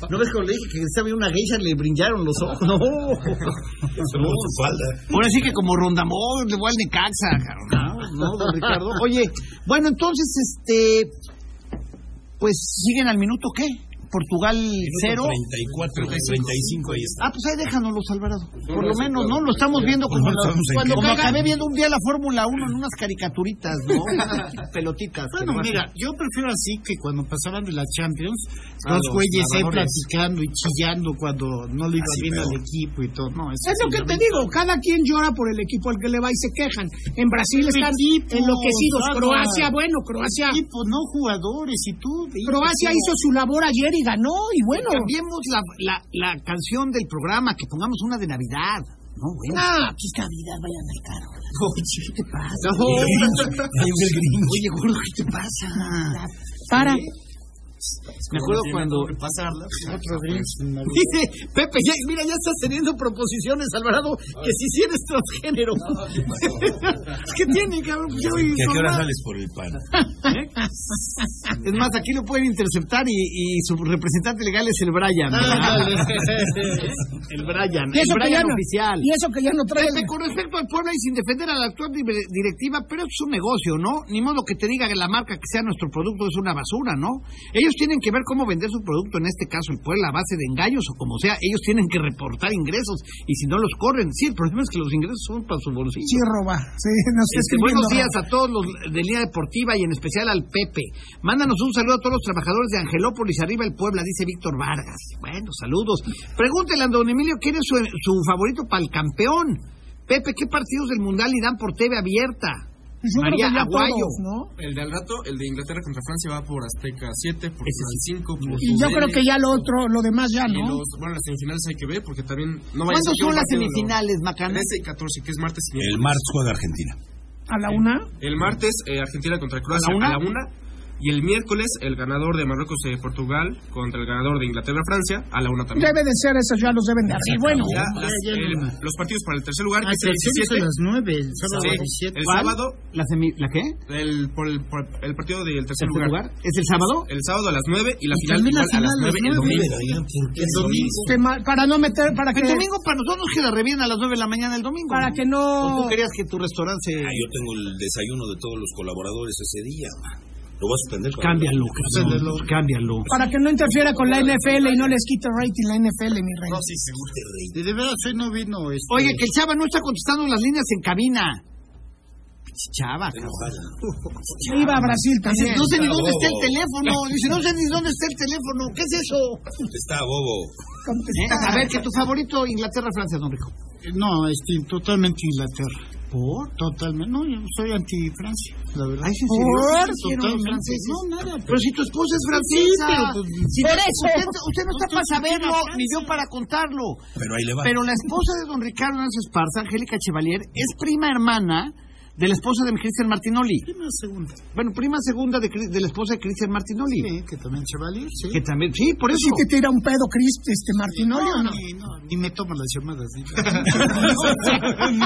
¿No ves cuando le dije que estaba una geisha le brillaron los ojos? No. Ahora sí que como rondamón, le voy al Necaxa, cabrón. No, no, don Ricardo. Oye, bueno, entonces, este. Pues siguen al minuto qué? Portugal cero.
34, 35 ahí está.
Ah, pues ahí déjanos, Alvarado.
Pues
Por lo
eso,
menos,
claro.
¿no? Lo estamos viendo como,
Lo estamos
cuando
viendo.
como acabé viendo un día la Fórmula 1 en unas caricaturitas, ¿no? Pelotitas. que
Bueno,
nomás-
mira, yo prefiero así que cuando pasaban de la Champions,
Ah,
los
los
güeyes ahí
narradores.
platicando y chillando cuando no le iba
Así
bien
veo.
al equipo y todo. No, eso
Es lo que te digo, cada quien llora por el equipo al que le va y se quejan. En Brasil están enloquecidos.
claro.
Croacia, bueno, Croacia.
Equipo, no jugadores y tú. veías
Croacia
cómo-
hizo su labor ayer y ganó, y bueno.
Cambiemos la, la, la canción del programa, que pongamos una de Navidad. No, bueno.
Ah,
pues Navidad, vayan al carro. Oye, ¿qué te pasa? Oye, gordo, ¿qué te pasa?
Para.
Me acuerdo cuando.
Dice Pepe, ya, mira, ya estás teniendo proposiciones, Alvarado, que si sí eres transgénero. ¿Qué tiene, cabrón? Pues ya voy
¿Que a qué hora
informado.
sales por el pan?
Es más, aquí lo pueden interceptar y, y su representante legal es el Brian. el Brian,
Y
el
eso que ya
Brian
no-
oficial.
Y eso que ya no trae.
Pepe, Este, con respecto al Puebla y sin defender a la actual di- directiva, pero es un negocio, ¿no? Ni modo que te diga que la marca que sea nuestro producto es una basura, ¿no? Ellos tienen que ver cómo vender su producto, en este caso el Puebla, a base de engaños o como sea. Ellos tienen que reportar ingresos y si no los corren, sí, el problema es que los ingresos son para su bolsillo.
Sí, roba. Sí, no sé.
Este, buenos días a todos los de Línea Deportiva y en especial al Pepe. Mándanos un saludo a todos los trabajadores de Angelópolis, arriba el Puebla, dice Víctor Vargas. Bueno, saludos. Pregúntenle a don Emilio quién es su, su favorito para el campeón. Pepe, ¿qué partidos del Mundial irán por TV abierta?
Yo creo que
María
ya
Aguayo.
todos, ¿no?
El de al rato, el de Inglaterra contra Francia va por Azteca 7, por
Ese
Canal 5,
Pues,
por
Y yo
TUDN,
creo que ya lo otro, lo demás ya,
y
¿no?
los- bueno, las semifinales hay que ver porque también no vaya a
¿Cuándo
ser que
son
un
las
partido lo-
semifinales, Macanas?
13 y 14, que es martes y
El
miércoles.
marzo juega Argentina.
A la una.
El martes, eh, Argentina contra Croacia
¿A la una?
a la una. Y el miércoles, el ganador de Marruecos y Portugal contra el ganador de Inglaterra-Francia a la una también.
Debe de ser eso, ya los deben de abrir. Bueno,
Ya, las- el- los partidos para el tercer lugar,
Ah,
que es
sí,
el
son
17.
las nueve, el sábado
Sí,
17.
el
¿Cuál?
sábado,
¿La, semi- la qué?
el, por el, por el partido del tercer,
¿Tercer
lugar.
lugar? ¿Es el sábado?
El sábado a las 9 y la
Y
final,
también
Ah,
la
igual a las
final a las
9 el
nueve. ¿eh?
domingo.
El domingo.
este, ma- para no meter, para que,
El domingo para nosotros que la revienen a las 9 de la mañana el domingo.
para
¿O
que no.
tú querías que tu restaurante
Ah,
se...
yo tengo el desayuno de todos los colaboradores ese día, man. Lo vas a suspender. para-
Cámbialo, cámbialo, cámbialo.
Para que no interfiera con la NFL y no les quite rating la NFL, mi rey.
De, de verdad, soy no vino. Este,
Oye, que el Chava no está contestando las líneas en cabina. Pinche Chava, cabrón.
Iba a Brasil
Dice,
también.
no sé ni
Oh.
dónde está el teléfono. Dice, no sé ni dónde está el teléfono. ¿Qué es eso?
Está bobo.
¿Eh?
A ver, que tu favorito Inglaterra-Francia, don Rico.
No, este, totalmente Inglaterra. ¿Por? Totalmente. No, yo soy anti-Francia, la verdad.
Ay, sí,
Por
Total,
totalmente.
franceses.
No, nada.
Pero si tu esposa es francesa. pues,
pues,
Si
por
no-
eso.
Usted, usted no está para saberlo, ni yo para contarlo.
Pero ahí le va.
Pero la esposa de don Ricardo Nancy Esparza, Angélica Chevalier, es prima hermana de la esposa de Cristian Martinoli.
Una segunda.
Bueno, prima segunda de, Cri- de la esposa de Cristian Martinoli.
Sí, que también Chevalier, sí.
Que también, sí, por eso.
Si te tira un pedo, Chris, este Martinoli o no?
Ni, no, ni me toman las llamadas. Ni, ni
Pues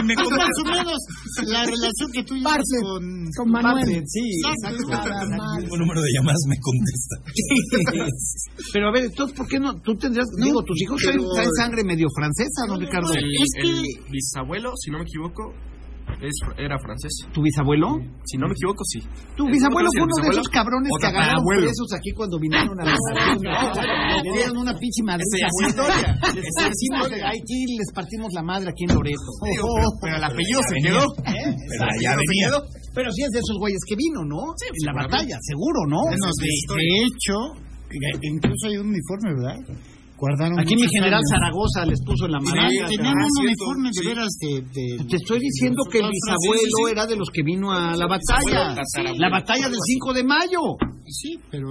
me toman. Más o menos la relación que tú llevas
Parce,
con...
Con Manuel.
Parte, sí,
Exacto.
Nada más.
El número de llamadas me contesta.
Pero a ver, entonces, ¿por qué no? Tú tendrías, digo, tus hijos traen,
pero-
traen sangre medio francesa, don Ricardo.
El,
Es que-
el bisabuelo, si no me equivoco, es, era francés.
¿Tu bisabuelo?
Si no me equivoco, sí.
Tu
El
bisabuelo
otro sí,
fue
el
uno de
bisabuelo.
esos cabrones
O
que agarraron
tatarabuelo.
presos aquí cuando vinieron a la nación. Le dieron una pinche
Ese
madrita.
ya es
güey.
historia.
Les
Ese ya es
partimos-
historia.
Aquí les partimos la madre aquí en Loreto.
Digo, pero, pero el apellido se quedó.
¿Eh?
Pero allá venía.
Pero, pero sí es de esos güeyes que vino, ¿no? en la batalla, seguro, ¿no?
Bueno, de, de hecho, que incluso hay un uniforme, ¿verdad? Guardaron
Aquí mi
muchos
general
años.
Zaragoza les puso en la
Sí, eh,
madre.
tenían un uniforme de veras de... de-
Te estoy diciendo que el bisabuelo era de los que vino a la batalla. La batalla del 5 de mayo.
Sí, pero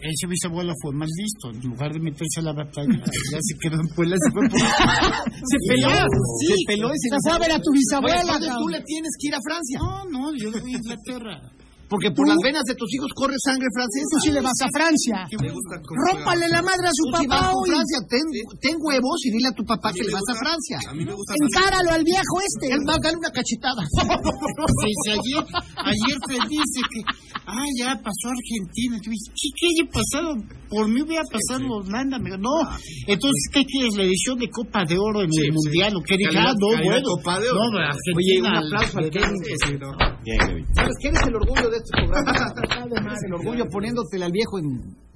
ese bisabuelo fue más listo. En lugar de meterse a la batalla, ya se quedó en Puebla. Se fue por...
Se peló. Se peló y se
Se fue a ver a tu
Oye,
bisabuela.
entonces tú
cabrón.
le tienes que ir a Francia.
No, no, yo de Inglaterra.
Porque por las venas de tus hijos corre sangre
Tú
francesa.
sí le vas a Francia. Rómpale la madre a su
Tú si vas
papá
con
hoy.
Francia, ten, ten huevos y dile a tu papá que le vas a Francia.
A mí me gusta
Encáralo al viejo este.
Es más, dale una cachetada.
Pues ayer, ayer te dice que, ah, ya pasó a Argentina. Yo dije, ¿qué, qué haya pasado? Por mí hubiera pasado a Holanda. Me dijo, no,
Ah,
entonces, ¿qué quieres? ¿La edición de Copa de Oro en el Mundial? ¿O qué dije? Ah,
Calidad-
no,
calidad
bueno.
Copa de Oro.
No, pero Argentina,
Oye, un aplauso al Kevin. ¿Sabes que eres el orgullo de este programa? Eres el orgullo poniéndotele al viejo en...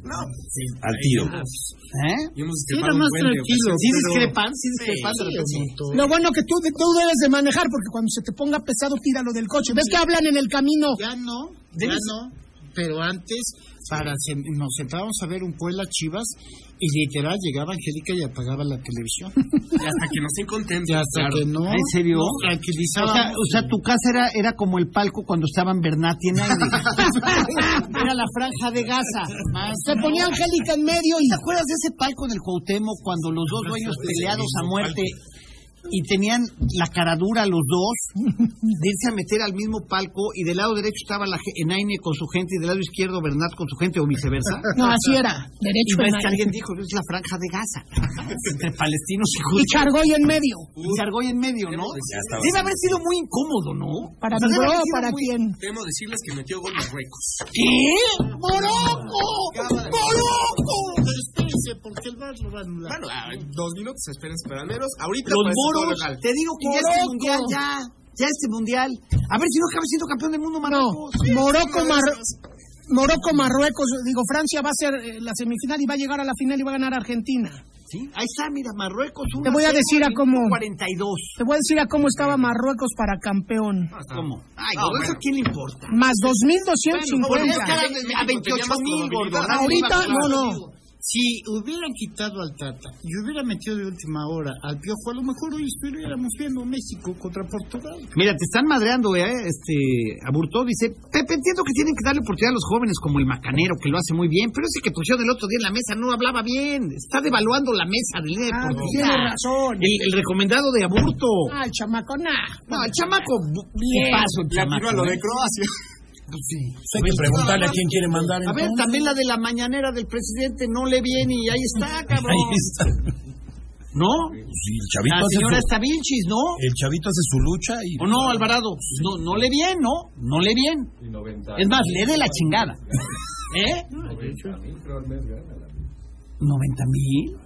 Al tiro.
¿Eh?
Y hemos
Era
discrepado
más
un buen de
tranquilo.
ocasiones.
Sí discrepan, sí discrepan. de repente.
Lo bueno que tú, tú debes de manejar, porque cuando se te ponga pesado, tíralo del coche. ¿Ves que hablan en el camino?
Ya no, ya no. Pero antes, para sen- nos sentábamos a ver un Puebla Chivas y literal llegaba Angélica y apagaba la televisión.
Y hasta que nos estén contentos.
Ya hasta
claro.
que no.
¿En serio?
nos tranquilizaba.
O sea, o sea, tu casa era, era como el palco cuando estaban Bernati en aire. Era la franja de Gaza. Se ponía Angélica en medio. ¿Y te acuerdas de ese palco en el Cuauhtémoc cuando los dos dueños peleados a muerte y tenían la cara dura los dos de irse a meter al mismo palco y del lado derecho estaba la ge- Enaine con su gente y del lado izquierdo Bernat con su gente o viceversa.
No, así era.
Y
Derecho
ves
en
que
aire.
alguien dijo, es la franja de Gaza, entre palestinos y
Y
judíos.
Chargoy en medio.
Y Sargoy en medio, ¿no?
Ya estaba.
Debe haber sido muy incómodo, ¿no? O
¿Para
sea,
mi
debe
bro
haber
o
sido
para
muy-
quién?
Temo decirles que metió gol Marruecos.
¿Qué? ¡Moroco! ¡Moroco!
Espérense, porque el bar lo va a anular.
Bueno, a ver, Ah, dos minutos, esperen, esperen menos. Ahorita
Los
pues, todo
moros,
local.
te digo que ya este mundial, ya, ya este mundial. A ver si no acaba siendo campeón del mundo,
No,
Marruecos.
Morocco, Mar- Morocco, Marruecos, digo, Francia va a ser eh, la semifinal y va a llegar a la final y va a ganar Argentina.
Sí, ahí está, mira, Marruecos.
Te voy a decir a cómo-
42.
Te voy a decir a cómo estaba Marruecos para campeón.
¿Cómo? Ay,
Ah,
gordo, ¿eso
bueno.
a quién le importa?
Más
Bueno, es
2.250.
que ahora a 28 mil, gordo.
probabilidades.
Ahorita, no, no.
Si hubieran quitado al Tata y hubiera metido de última hora al Piojo, a lo mejor hoy estuviéramos viendo México contra Portugal.
Mira, te están madreando, ¿eh? Este, Aburto dice, Pepe, entiendo que tienen que darle oportunidad a los jóvenes como el macanero, que lo hace muy bien, pero ese que pusieron el otro día en la mesa no hablaba bien. Está devaluando la mesa de línea de
Ah,
oportunidad.
tienes razón.
El, el recomendado de Aburto.
Ah, el chamaco, nah.
No, el chamaco, bu- ¿qué
Bien.
pasó el
Le atinó
chamaco?
a lo de
eh?
Croacia.
Pues sí.
Hay que preguntarle a quién quiere mandar.
A ver, también la de la mañanera del presidente no le viene y ahí está, cabrón.
Ahí está.
¿No?
Sí, el
La
chavito,
señora
hace su,
está vinchis, ¿no?
el chavito hace su lucha y...
¿O no, Alvarado? No, no le bien, ¿no? No le bien.
Y 90.
Es más, le de la chingada. ¿Eh?
90 mil, creo, al mes gana. la-
¿90 mil?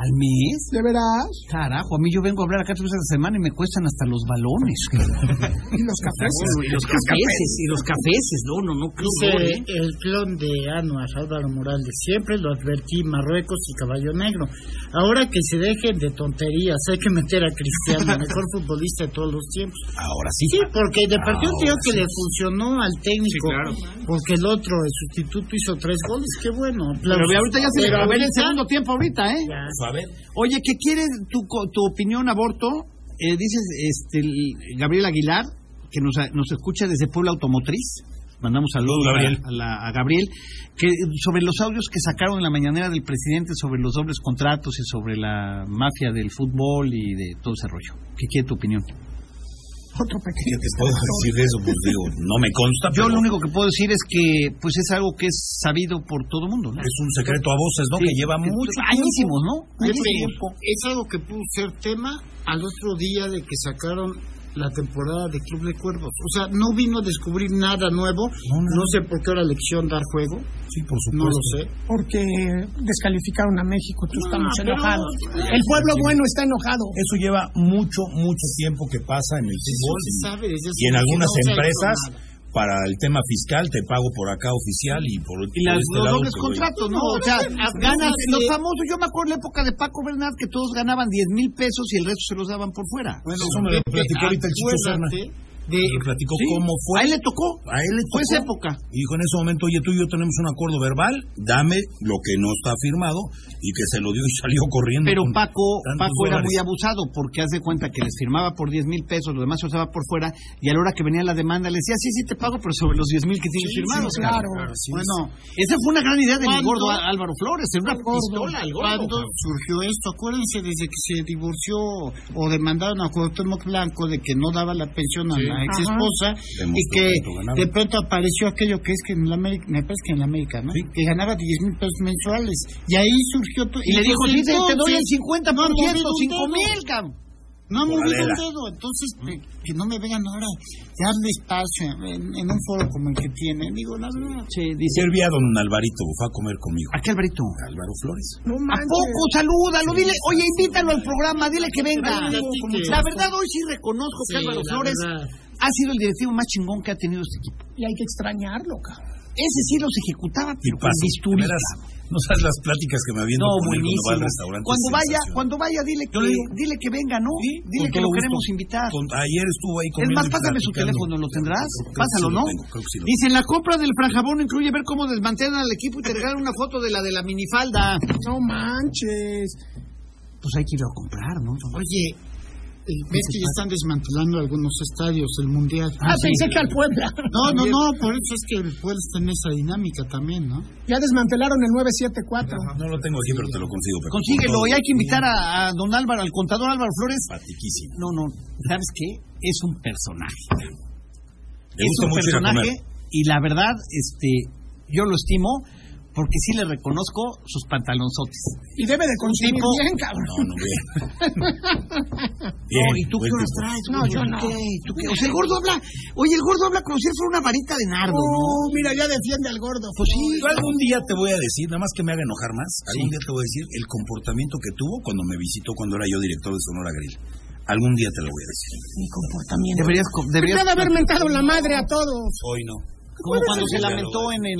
¿Al mes? ¿De veras? Carajo, a mí yo vengo a hablar acá tres veces a la semana y me cuestan hasta los balones. y los cafés. Y los cafés. Y los cafés. No, no, no. qué horror,
Dice
¿eh?
el clon de Anuar Álvaro Morales. Siempre lo advertí, Marruecos y Caballo Negro. Ahora que se dejen de tonterías, hay que meter a Cristiano, el mejor futbolista de todos los tiempos.
Ahora sí.
Sí, porque de partido
Ahora
creo que le funcionó al técnico.
Sí, claro.
Porque el otro, el sustituto, hizo tres goles. Qué bueno.
Pero ve, ahorita ya se le
Pero
va a ver el
ahorita-
segundo tiempo ahorita, ¿eh?
Ya.
Pues, A ver,
Oye, ¿qué quiere tu, co- tu opinión, aborto? Eh, dices, este, el- Gabriel Aguilar, que nos, a- nos escucha desde Puebla Automotriz. Mandamos saludos a-
Gabriel.
A, la- a Gabriel. Que, sobre los audios que sacaron en la mañanera del presidente sobre los dobles contratos y sobre la mafia del fútbol y de todo ese rollo. ¿Qué quiere tu opinión?
Ah,
Otro pequeño.
¿qué te puedo decir de eso? Pues digo, no me consta,
Yo
pero
lo único que puedo decir es que pues es algo que es sabido por todo el mundo. ¿no?
es un secreto a voces, ¿no? que lleva mucho tiempo.
Pues, añísimos, ¿no?
Pepe,
Añísimos.
Es algo que pudo ser tema al otro día de que sacaron la temporada de Club de Cuervos. O sea, no vino a descubrir nada nuevo. No, sé por qué hora elección dar juego.
Sí, por
No
supuesto.
lo sé.
Porque descalificaron a México, tú estamos
pero-
enojados. El pueblo bueno está enojado.
Eso lleva mucho, mucho tiempo que pasa en el
No
fútbol.
se sabe desde hace
Y en
mucho,
algunas
no se ha hecho
empresas,
nada.
para el tema fiscal, te pago por acá oficial y por,
Y
por
las-
este
los
lado te
dobles
doy.
contratos, ¿no? O sea, ganas, los famosos, yo me acuerdo la época de Paco Bernard que todos ganaban 10 mil pesos y el resto se los daban por fuera.
Bueno,
Eso me lo
Pepe,
platicó ahorita el Chicho Serna.
acuérdate de
Y platicó
Sí.
cómo fue.
A él le tocó.
A él le
Fue esa
tocó.
época.
Y dijo en ese momento, oye, tú y yo tenemos un acuerdo verbal, dame lo que no está firmado y que se lo dio y salió corriendo.
Pero
con
Paco,
tantos
Paco era
dólares.
muy abusado porque hace cuenta que les firmaba por 10 mil pesos, lo demás se usaba por fuera y a la hora que venía la demanda le decía, sí, sí, te pago, pero sobre los 10 mil que tienes firmados.
sí, claro.
Bueno, esa fue una gran idea de mi
¿Cuándo?
gordo Á- Álvaro Flores, en una pistola, el gordo.
¿Cuándo surgió esto? Acuérdense desde que se divorció o demandaron a Cuauhtémoc Blanco de que no daba la pensión a la ex esposa
Demostró
y que
cuánto ganaba.
de pronto apareció aquello que es que en la América, me parece que en la América, ¿no? Que ganaba 10 mil pesos mensuales y ahí surgió todo.
Y le dijo, sí, te, te doy el 50%,
no, no, no, no,
5
no.
mil, cabrón.
No me
Moralera.
movido un dedo, entonces eh, que no me vean ahora darle espacio en, en un foro como el que tienen. Digo, la verdad.
Sí, dice,
Servía a don Alvarito, fue a comer conmigo.
¿a qué Alvarito?
Álvaro Flores.
No
¿A
manches.
poco? Salúdalo, dile, oye, invítalo al programa, dile que venga.
Ay, como
La verdad, hoy sí reconozco que
Sí,
Álvaro
la
Flores
verdad.
ha sido el directivo más chingón que ha tenido este equipo.
Y hay que extrañarlo, cabrón.
Ese sí los ejecutaba,
Y
pero con
paso.
bisturí.
Verás, no sabes las pláticas que me habiendo con él
No,
cuando va al
buenísimo.
restaurante.
Cuando
es
vaya,
sensacional.
cuando vaya, dile que,
Yo le digo.
dile que venga, ¿no?
Sí,
Dile
con
que lo
todo
queremos
gusto.
invitar.
Con- ayer estuvo ahí
Es
conmigo.
más, pásame su
platicando.
teléfono, ¿lo tendrás?
Creo que
Pásalo,
sí lo
¿no?
tengo, creo que sí lo
Dice, la compra del franjabón incluye ver cómo desmantelan al equipo y te regalan una foto de la de la minifalda.
No manches.
Pues hay que ir a comprar, ¿no?
Oye,
Ves que ya están desmantelando algunos estadios, el mundial.
Ah, pensé que al Puebla.
No, no, no, por eso es que el pueblo está en esa dinámica también, ¿no?
Ya desmantelaron el 974.
No lo tengo aquí, pero te lo consigo. Pero
Consíguelo y hay que invitar a, a don Álvaro, al contador Álvaro Flores.
Patiquísimo.
No, no, ¿sabes qué? Es un personaje.
Le
es
gusta
un
mucho ir a comer.
personaje y la verdad, este, yo lo estimo porque sí le reconozco sus pantalonzotes.
Y debe de consumir
tipo-
bien, cabrón.
No, no, bien. bien
No, ¿y tú qué
buen
horas
tipo.
traes?
No,
güey?
yo no.
¿Qué? ¿Tú qué? O sea, el gordo habla. Oye, el gordo habla como si fuera una varita de nardo, ¿no?
Oh, mira, ya defiende al gordo.
Pues sí.
Yo algún día te voy a decir, nada más que me haga enojar más, algún día te voy a decir el comportamiento que tuvo cuando me visitó cuando era yo director de Sonora Grill. Algún día te lo voy a decir.
Mi comportamiento. Deberías. co-
Debería
deberías
de haber mentado la madre a todos.
Hoy no.
como cuando se lamentó en el.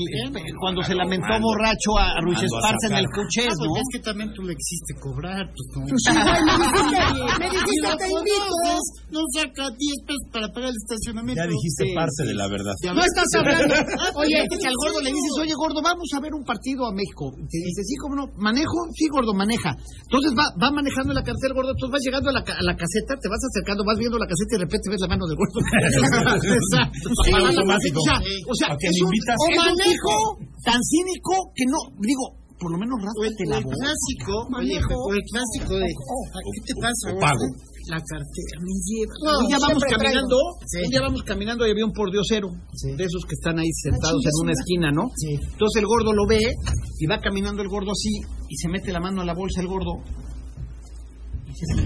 Cuando se lamentó borracho a Ruiz
Mando a
Esparza en el
sacar.
coche,
Ah, pues
¿no?
ves que también tú le quisiste cobrar, pues no.
Pues sí, güey, me dijiste, me
Y
dijiste,
la
te
conoces,
invito.
Ah, No saca 10 pesos para pagar el estacionamiento.
Ya dijiste parte de la verdad.
Ya
No
ves.
estás hablando. Oye,
Oye,
que al gordo le dices, oye, gordo, vamos a ver un partido a México. Y Te dice, sí, cómo no, manejo, sí, gordo, maneja. Entonces va, va manejando en la carretera el gordo, entonces vas llegando a la, ca- a la caseta, te vas acercando, vas viendo la caseta y de repente ves la mano del gordo. Exacto.
Sí, automático.
O sea, o sea,
¿A que
es
me
un,
invitas?
o
Es un
manejo tan cínico que no, digo, por lo menos rápate la
el
voz.
clásico, oye, o el clásico de, ¿qué te
o
pasa?
pago.
La cartera, me lleva.
No, un día vamos
siempre
caminando, un día vamos caminando y había un pordiosero de esos que están ahí sentados en una esquina, ¿no? Entonces el gordo lo ve y va caminando el gordo así y se mete la mano a la bolsa el gordo. Y se- o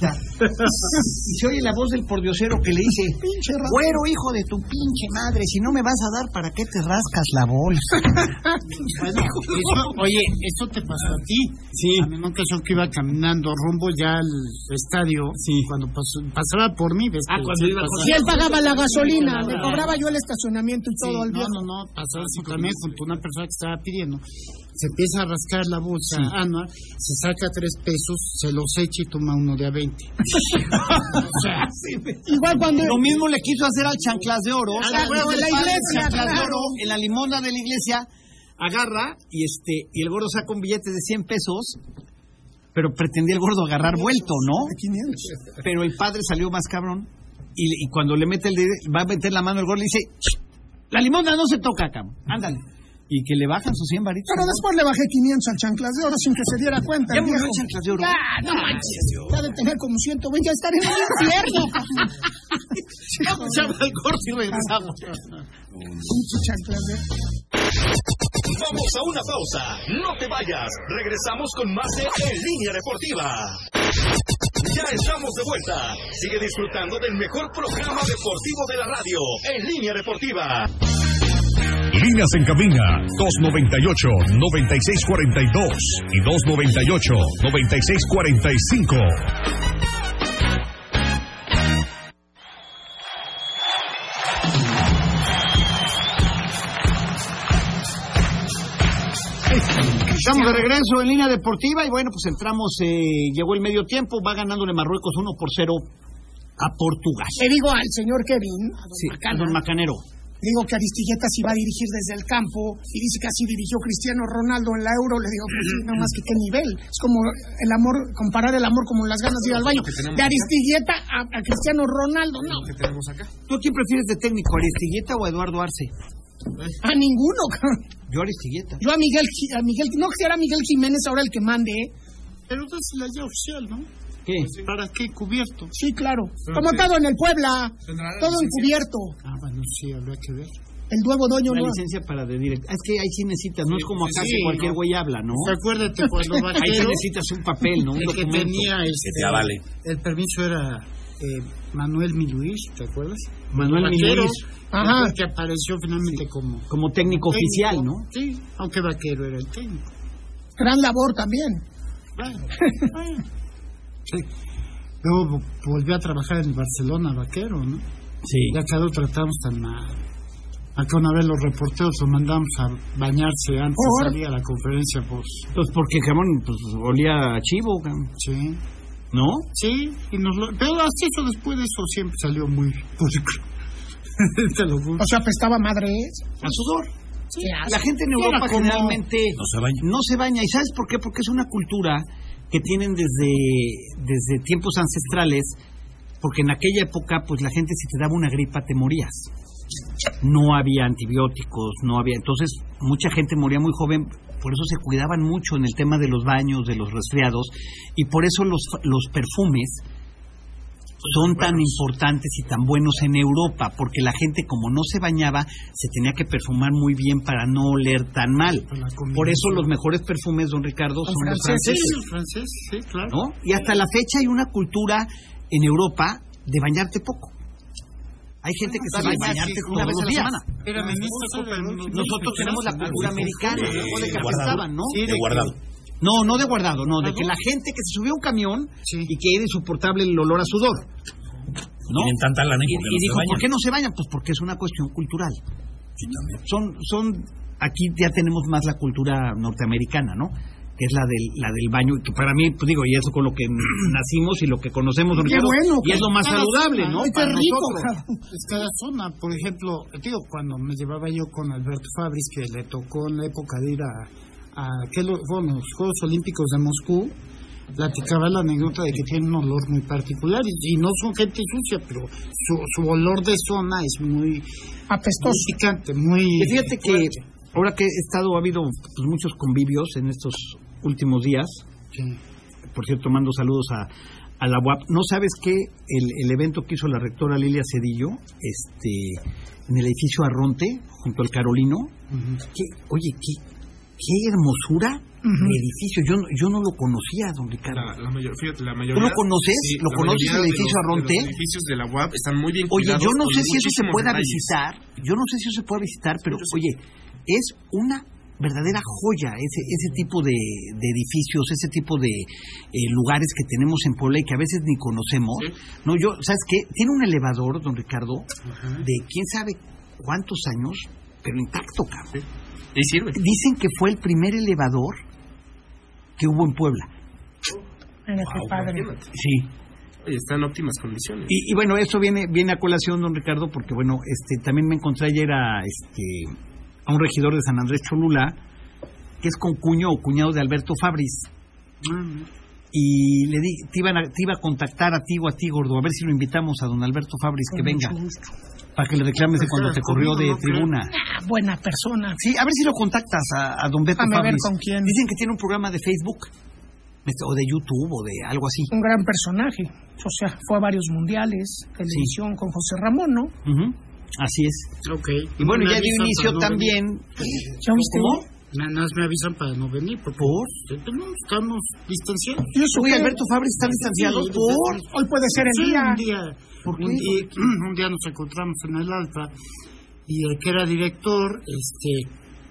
sea, y se oye la voz del pordiosero que le dice, güero hijo de tu pinche madre, si no me vas a dar, ¿para qué te rascas la bolsa?
Bueno, eso- oye, eso te pasó a ti.
Sí.
A mí en una ocasión que iba caminando rumbo ya al estadio, cuando pasó- pasaba por mí, ves
Ah,
que-
cuando iba
pasaba-
Si él pagaba la gasolina,
Sí,
le
no,
cobraba yo el estacionamiento y
Sí,
todo el
no,
día.
no, no, pasó así también junto a una persona que estaba pidiendo. Se empieza a rascar la bolsa anual, se saca tres pesos, se los echa y toma uno de a veinte. o sea,
Igual cuando...
Lo mismo le quiso hacer al chanclas de oro.
A la-
Al huevo
de la
del padre,
iglesia,
chanclas de
claro.
oro, en la limona de la iglesia, agarra y este y el gordo saca un billete de 100 pesos, pero pretendía el gordo agarrar vuelto, ¿no? Pero el padre salió más cabrón y, le- y cuando le mete el dedo- va a meter la mano el gordo le dice, "Shh, la limona no se toca, cabrón, ándale. Y que le bajan sus 100 varitos.
Pero después le bajé 500 al chanclas de oro sin que se diera cuenta.
Ya
el
murió
viejo.
el chanclas de oro.
Ah, no manches. Ya de tener como 120, ya estar en el infierno.
Vamos a llamar al gordo y regresamos.
Pinche chanclas de oro.
Vamos a una pausa. No te vayas. Regresamos con más de En Línea Deportiva. Ya estamos de vuelta. Sigue disfrutando del mejor programa deportivo de la radio. En Línea Deportiva.
Líneas en cabina 298-9642 y 298-9645.
Estamos de regreso en línea deportiva y bueno, pues entramos, eh, llegó el medio tiempo, va ganándole Marruecos 1 por 0 a Portugal.
Le digo al señor Kevin, a don
Sí,
Macana,
don Macanero.
le digo que Aristilleta sí va a dirigir desde el campo y dice que así dirigió Cristiano Ronaldo en la Euro. Le digo, pues sí, no más que qué nivel. Es como el amor, comparar el amor como las ganas de ir al baño. De Aristilleta a, a Cristiano Ronaldo, no.
que tenemos acá.
¿Tú quién prefieres de técnico, Aristigueta o Eduardo Arce?
A ninguno, cabrón.
Yo Aristigueta.
Yo a Miguel, Ji- a Miguel, no que era Miguel Jiménez ahora el que mande, ¿eh?
pero esa es la ya oficial, ¿no?
¿Qué?
¿Para qué cubierto?
Sí, claro. Como todo en el Puebla,
Tendrá la
todo
licencia.
encubierto.
Ah, bueno, sí, habrá que ver.
El nuevo dueño
Una
no.
licencia para de directo. Es que ahí sí necesitas, no es como acá
sí,
que cualquier
¿no?
güey habla, ¿no?
Acuérdate, pues lo
Ahí sí
vaquero,
necesitas un papel, ¿no? Un
el que
documento.
tenía este,
te avale.
el permiso era eh, Manuel Miluís, ¿te acuerdas?
Manuel
Vaquero,
Miluís,
Ajá. Que apareció finalmente como
como técnico oficial, ¿no?
Sí, aunque Vaquero era el técnico.
Gran labor también.
Bueno, bueno. Sí. Luego vo- volvió a trabajar en el Barcelona Vaquero, ¿no?
Sí.
Ya acá lo tratamos tan mal. Acá una vez los reporteros lo mandamos a bañarse antes de
Por-
salir a la conferencia, pues.
Pues porque Jamón pues, olía a chivo, cabrón.
Sí.
¿no?
Sí, y nos lo- pero así eso después de eso siempre salió muy público. Te lo juro.
O sea, apestaba madres.
A sudor.
Qué asco.
La gente en
Era
Europa
como-
generalmente
No se baña.
no se baña. ¿Y sabes por qué? Porque es una cultura
que tienen desde, desde tiempos ancestrales, porque en aquella época, pues la gente si te daba una gripa te morías. No había antibióticos, no había. Entonces, mucha gente moría muy joven, por eso se cuidaban mucho en el tema de los baños, de los resfriados, y por eso los, los perfumes son tan importantes y tan buenos en Europa, porque la gente como no se bañaba, se tenía que perfumar muy bien para no oler tan mal. Por eso los mejores perfumes, don Ricardo, son los franceses.
francés, sí, claro.
¿no? Y hasta la fecha hay una cultura en Europa de bañarte poco. Hay gente que sabe bañarte una vez a la semana.
Era ministro
Nosotros tenemos la cultura americana, ¿no? de que apestaban, ¿no?
de guardado.
No, no de guardado,
Ah,
no, de que la gente que se subió a un camión y que era insoportable el olor a sudor. ¿No?
Tienen tanta lana y,
Y,
porque
y
no se
dijo,
bañan.
¿por qué no se bañan? Pues porque es una cuestión cultural. Son, son, aquí ya tenemos más la cultura norteamericana, ¿no? Que es la del, la del baño, que para mí, pues digo, y eso con lo que nacimos y lo que conocemos, don
Qué
Ricardo,
bueno,
y es lo más
cada
saludable,
zona,
¿no?
ay, qué
Para
rico,
nosotros.
Es cada zona, por ejemplo, digo, cuando me llevaba yo con Alberto Fabris, que le tocó en la época de ir a, a aquellos, bueno, los Juegos Olímpicos de Moscú, platicaba la anécdota de que tiene un olor muy particular, y, y no son gente sucia, pero su, su olor de zona es muy
Apestoso.
picante, muy...
Y fíjate que ahora que he estado, ha habido pues, muchos convivios en estos últimos días. Por cierto, mando saludos a, a la UAP. ¿No sabes que el, el evento que hizo la rectora Lilia Cedillo este, en el edificio Arronte, junto al Carolino? que- oye, qué, qué hermosura de edificio. Yo, no- yo no lo conocía, don Ricardo.
La, la mayor- fíjate, la
¿Tú
mayoría,
lo conoces?
sí,
¿Lo
la
conoces
mayoría
el
de
edificio
los- de
Arronte?
Los edificios de la UAP están muy bien
Oye,
cuidados.
yo no
con
sé si eso se
muchísimos
pueda
detalles.
visitar, yo no sé si eso se pueda visitar, pero oye, es una verdadera joya ese, ese tipo de, de edificios, ese tipo de eh, lugares que tenemos en Puebla y que a veces ni conocemos. No, yo, ¿sabes qué? Tiene un elevador, don Ricardo, de quién sabe cuántos años, pero intacto, cabrón.
Y sirve.
Dicen que fue el primer elevador que hubo en Puebla.
Mira qué padre.
Sí,
Oye, está en óptimas condiciones.
Y, y bueno, eso viene, viene a colación, don Ricardo, porque bueno, este también me encontré ayer a, este, a un regidor de San Andrés Cholula, que es con cuño o cuñado de Alberto Fabris.
Mm.
Y le di, te, iban a, te iba a contactar a ti o a ti, gordo, a ver si lo invitamos a don Alberto Fabris que venga, para que le reclames de cuando te corrió de tribuna.
Ah, buena persona.
Sí, a ver si lo contactas a, a don Beto
Déjame ver
Fabris.
con quién.
Dicen que tiene un programa de Facebook, este, o de YouTube, o de algo así.
Un gran personaje. O sea, fue a varios mundiales, televisión con José Ramón, ¿no?
Ujú, Así es. Y bueno, ya dio inicio también.
¿Ya viste?
¿Cómo?
Nada más me avisan para no venir, porque no, estamos distanciados.
¿Y eso
Oye,
qué?
Alberto Fabri está distanciado
Sí,
por.
Hoy puede ser
Sí,
el día.
un día,
¿Por qué?
un, día, un día nos encontramos en el Alfa y el que era director, este,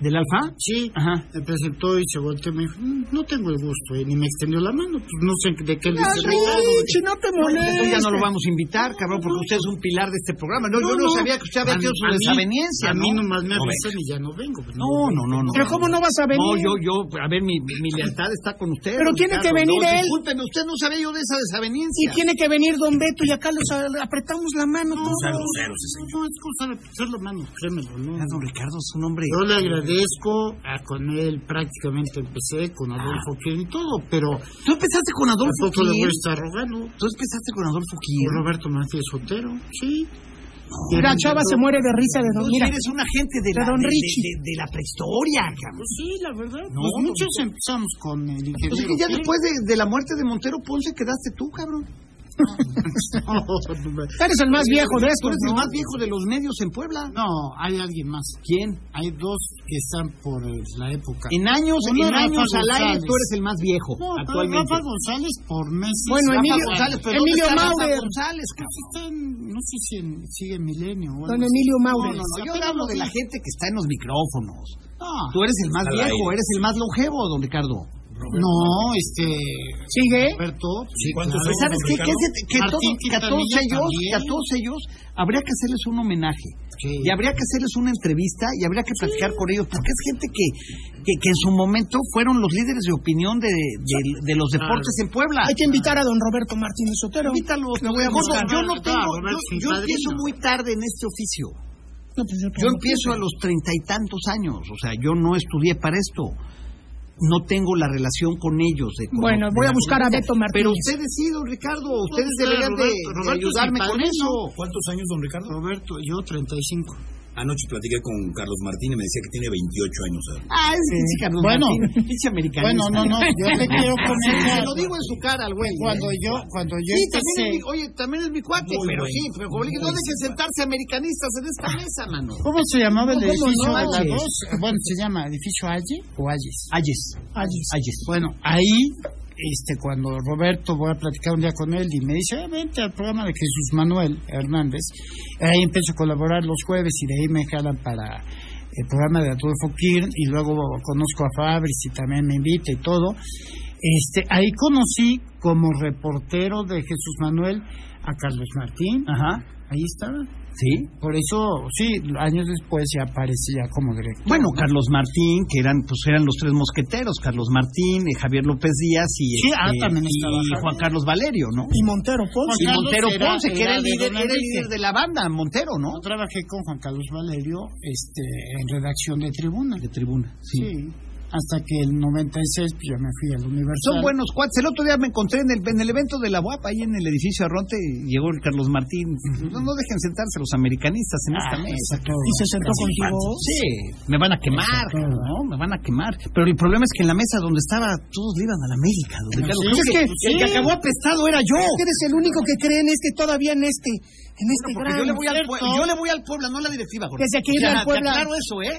¿Del Alfa?
sí,
Ajá.
me presentó y se volteó y me dijo, "Mm, no tengo el gusto, y ni me extendió la mano, pues no sé de qué le
Ah, Richie, no te
Entonces ya
molestes.
no lo vamos a invitar, cabrón, porque usted es un pilar de este programa. No, yo no,
este. No, no.
sabía que usted había tenido su
A mí-
desaveniencia.
A mí
¿no?
nomás me
No,
avisan y ya no vengo. pues,
No, no, no, no.
Pero ¿cómo no vas a venir?
No, yo, yo, a ver, mi, mi lealtad está con usted.
Pero
don
tiene que
Ricardo.
venir
No,
él.
Discúlpeme, usted no sabía yo de esa desaveniencia.
Y tiene que venir Don Beto y acá los a- apretamos la mano. todos.
No, no, es cosa de pisar la mano, créemelo, no.
Ah, don Ricardo es un hombre.
Yo le agradezco, a, con él prácticamente empecé, con Adolfo Kien y todo, pero
Tú empezaste con Adolfo
tampoco le voy
Quir.
a estar rogando.
Tú empezaste con Adolfo Quir.
Con Roberto Martínez Sotero, sí.
Y La chava se muere de risa de Don
Tú
Mira.
eres un agente de, la,
don
de- de-
Richie.
de- de la prehistoria, cabrón.
Pues sí, la verdad.
No,
pues
no,
muchos empezamos con el ingeniero.
Pues es que ya
Kien.
después de, de la muerte de Montero Ponce quedaste tú, cabrón.
Eres el más viejo de
Tú
estos,
eres el
¿no?
más viejo de los medios en Puebla.
Pues No, hay alguien más.
¿Quién?
Hay dos que están por eh, la época.
En años, en
Uno, Rafa
años al aire,
González.
tú eres el más viejo
No, pero
actualmente.
Rafa González por meses.
Bueno,
Rafa
Emilio-
González, pero
Emilio
¿dónde está Rafa
Maurer.
González, cabrón? Está en- no sé si en- sigue Milenio. o algo
Don
así.
Emilio
No,
Maurer.
no, no,
Yo
apenas
hablo
lo
de la
vi.
gente que está en los micrófonos.
No.
Tú eres el más
Al
viejo,
aire.
eres el más longevo, don Ricardo.
No, este.
¿Sigue?
Roberto. Sí,
¿Cuántos
claro.
son,
¿Sabes qué? Que,
Ricardo?
ese- que
Martín
todos, que a todos
Quintanilla
ellos,
también.
que a todos ellos, habría que hacerles un homenaje.
Sí.
Y habría que hacerles una entrevista y habría que platicar con ellos, porque es gente que, que, que en su momento fueron los líderes de opinión de, de- de los deportes en Puebla.
Hay que invitar a Don Roberto Martínez Sotero.
Invítalo,
Lo voy a
Gordo,
buscar.
yo no tengo,
Ah, Roberto,
yo,
mi
yo
padrino.
empiezo muy tarde en este oficio.
No, pues
Yo
yo tengo-
empiezo a los treinta y tantos años, o sea, yo no estudié para esto.
no tengo la relación con ellos. de- con-
Bueno, voy a buscar a Beto Martínez.
Pero usted decida, Ricardo, ustedes
Entonces,
deberían de,
Roberto-
de
Roberto es mi
ayudarme con
padrino.
eso.
¿Cuántos años, don Ricardo?
Roberto, yo 35.
Anoche platiqué con Carlos Martínez, me decía que tiene 28 años. ahora.
Ah, es que sí, Carlos
Bueno.
Martínez, pinche americanista. Pues
Bueno, no, no, yo te quiero poner-
Se lo digo en su cara al güey.
Cuando
¿eh?
yo, cuando yo
Sí, también es
empecé...
mi- oye, también es mi cuate,
Muy
pero
bueno.
sí, pero como le dije, no dejen sentarse americanistas en esta mesa, mano.
¿Cómo se llamaba el
¿Cómo
edificio?
no?
de la
Ayes.
dos? Bueno, se llama edificio Ayes Pues o Ayes.
Ayes.
Ayes.
Ayes.
Bueno, ahí, este, cuando Roberto voy a platicar un día con él y me dice, "Ah, vente al programa de Jesús Manuel Hernández, ahí empiezo a colaborar los jueves y de ahí me jalan para el programa de Adolfo Kirn y luego conozco a Fabris y también me invita y todo. Este, ahí conocí como reportero de Jesús Manuel a Carlos Martín. Ajá. Ahí estaba.
Sí.
Por eso, sí, años después ya aparecía como director.
Bueno, Carlos Martín, que eran, pues eran los tres mosqueteros, Carlos Martín, eh, Javier López Díaz y, este,
Sí, ah, también
y
estaba Javier.
Juan Carlos Valerio, ¿no?
Y Montero Ponce.
Y
Carlos
Montero
era-
Ponce, que era
era
el
de
líder,
Don
era el
Enrique.
líder de la banda, Montero, ¿no?
Yo trabajé con Juan Carlos Valerio este, en redacción de Tribuna.
De tribuna, sí.
Sí. Hasta que el 96 pues, yo me fui al Universal.
Son buenos cuates. El otro día me encontré en el, en el evento de la UAP, ahí en el edificio Arronte, y llegó el Carlos Martín. No, no dejen sentarse los americanistas en esta
Ah,
mesa.
exacto.
¿Y se sentó contigo?
Sí, me van a quemar,
Exacto.
¿no? Me van a quemar. Pero el problema es que en la mesa donde estaba, todos le iban a la América. don Ricardo.
sí,
Creo que
sí.
el que acabó apestado era yo.
Tú eres el único que cree en este, todavía en este, en este
Porque
gran...
yo le, voy al, Pue- yo
cierto.
le voy al Puebla, no a la directiva. Jorge.
Desde que iba
Ya, te
al Puebla.
aclaro eso, ¿eh?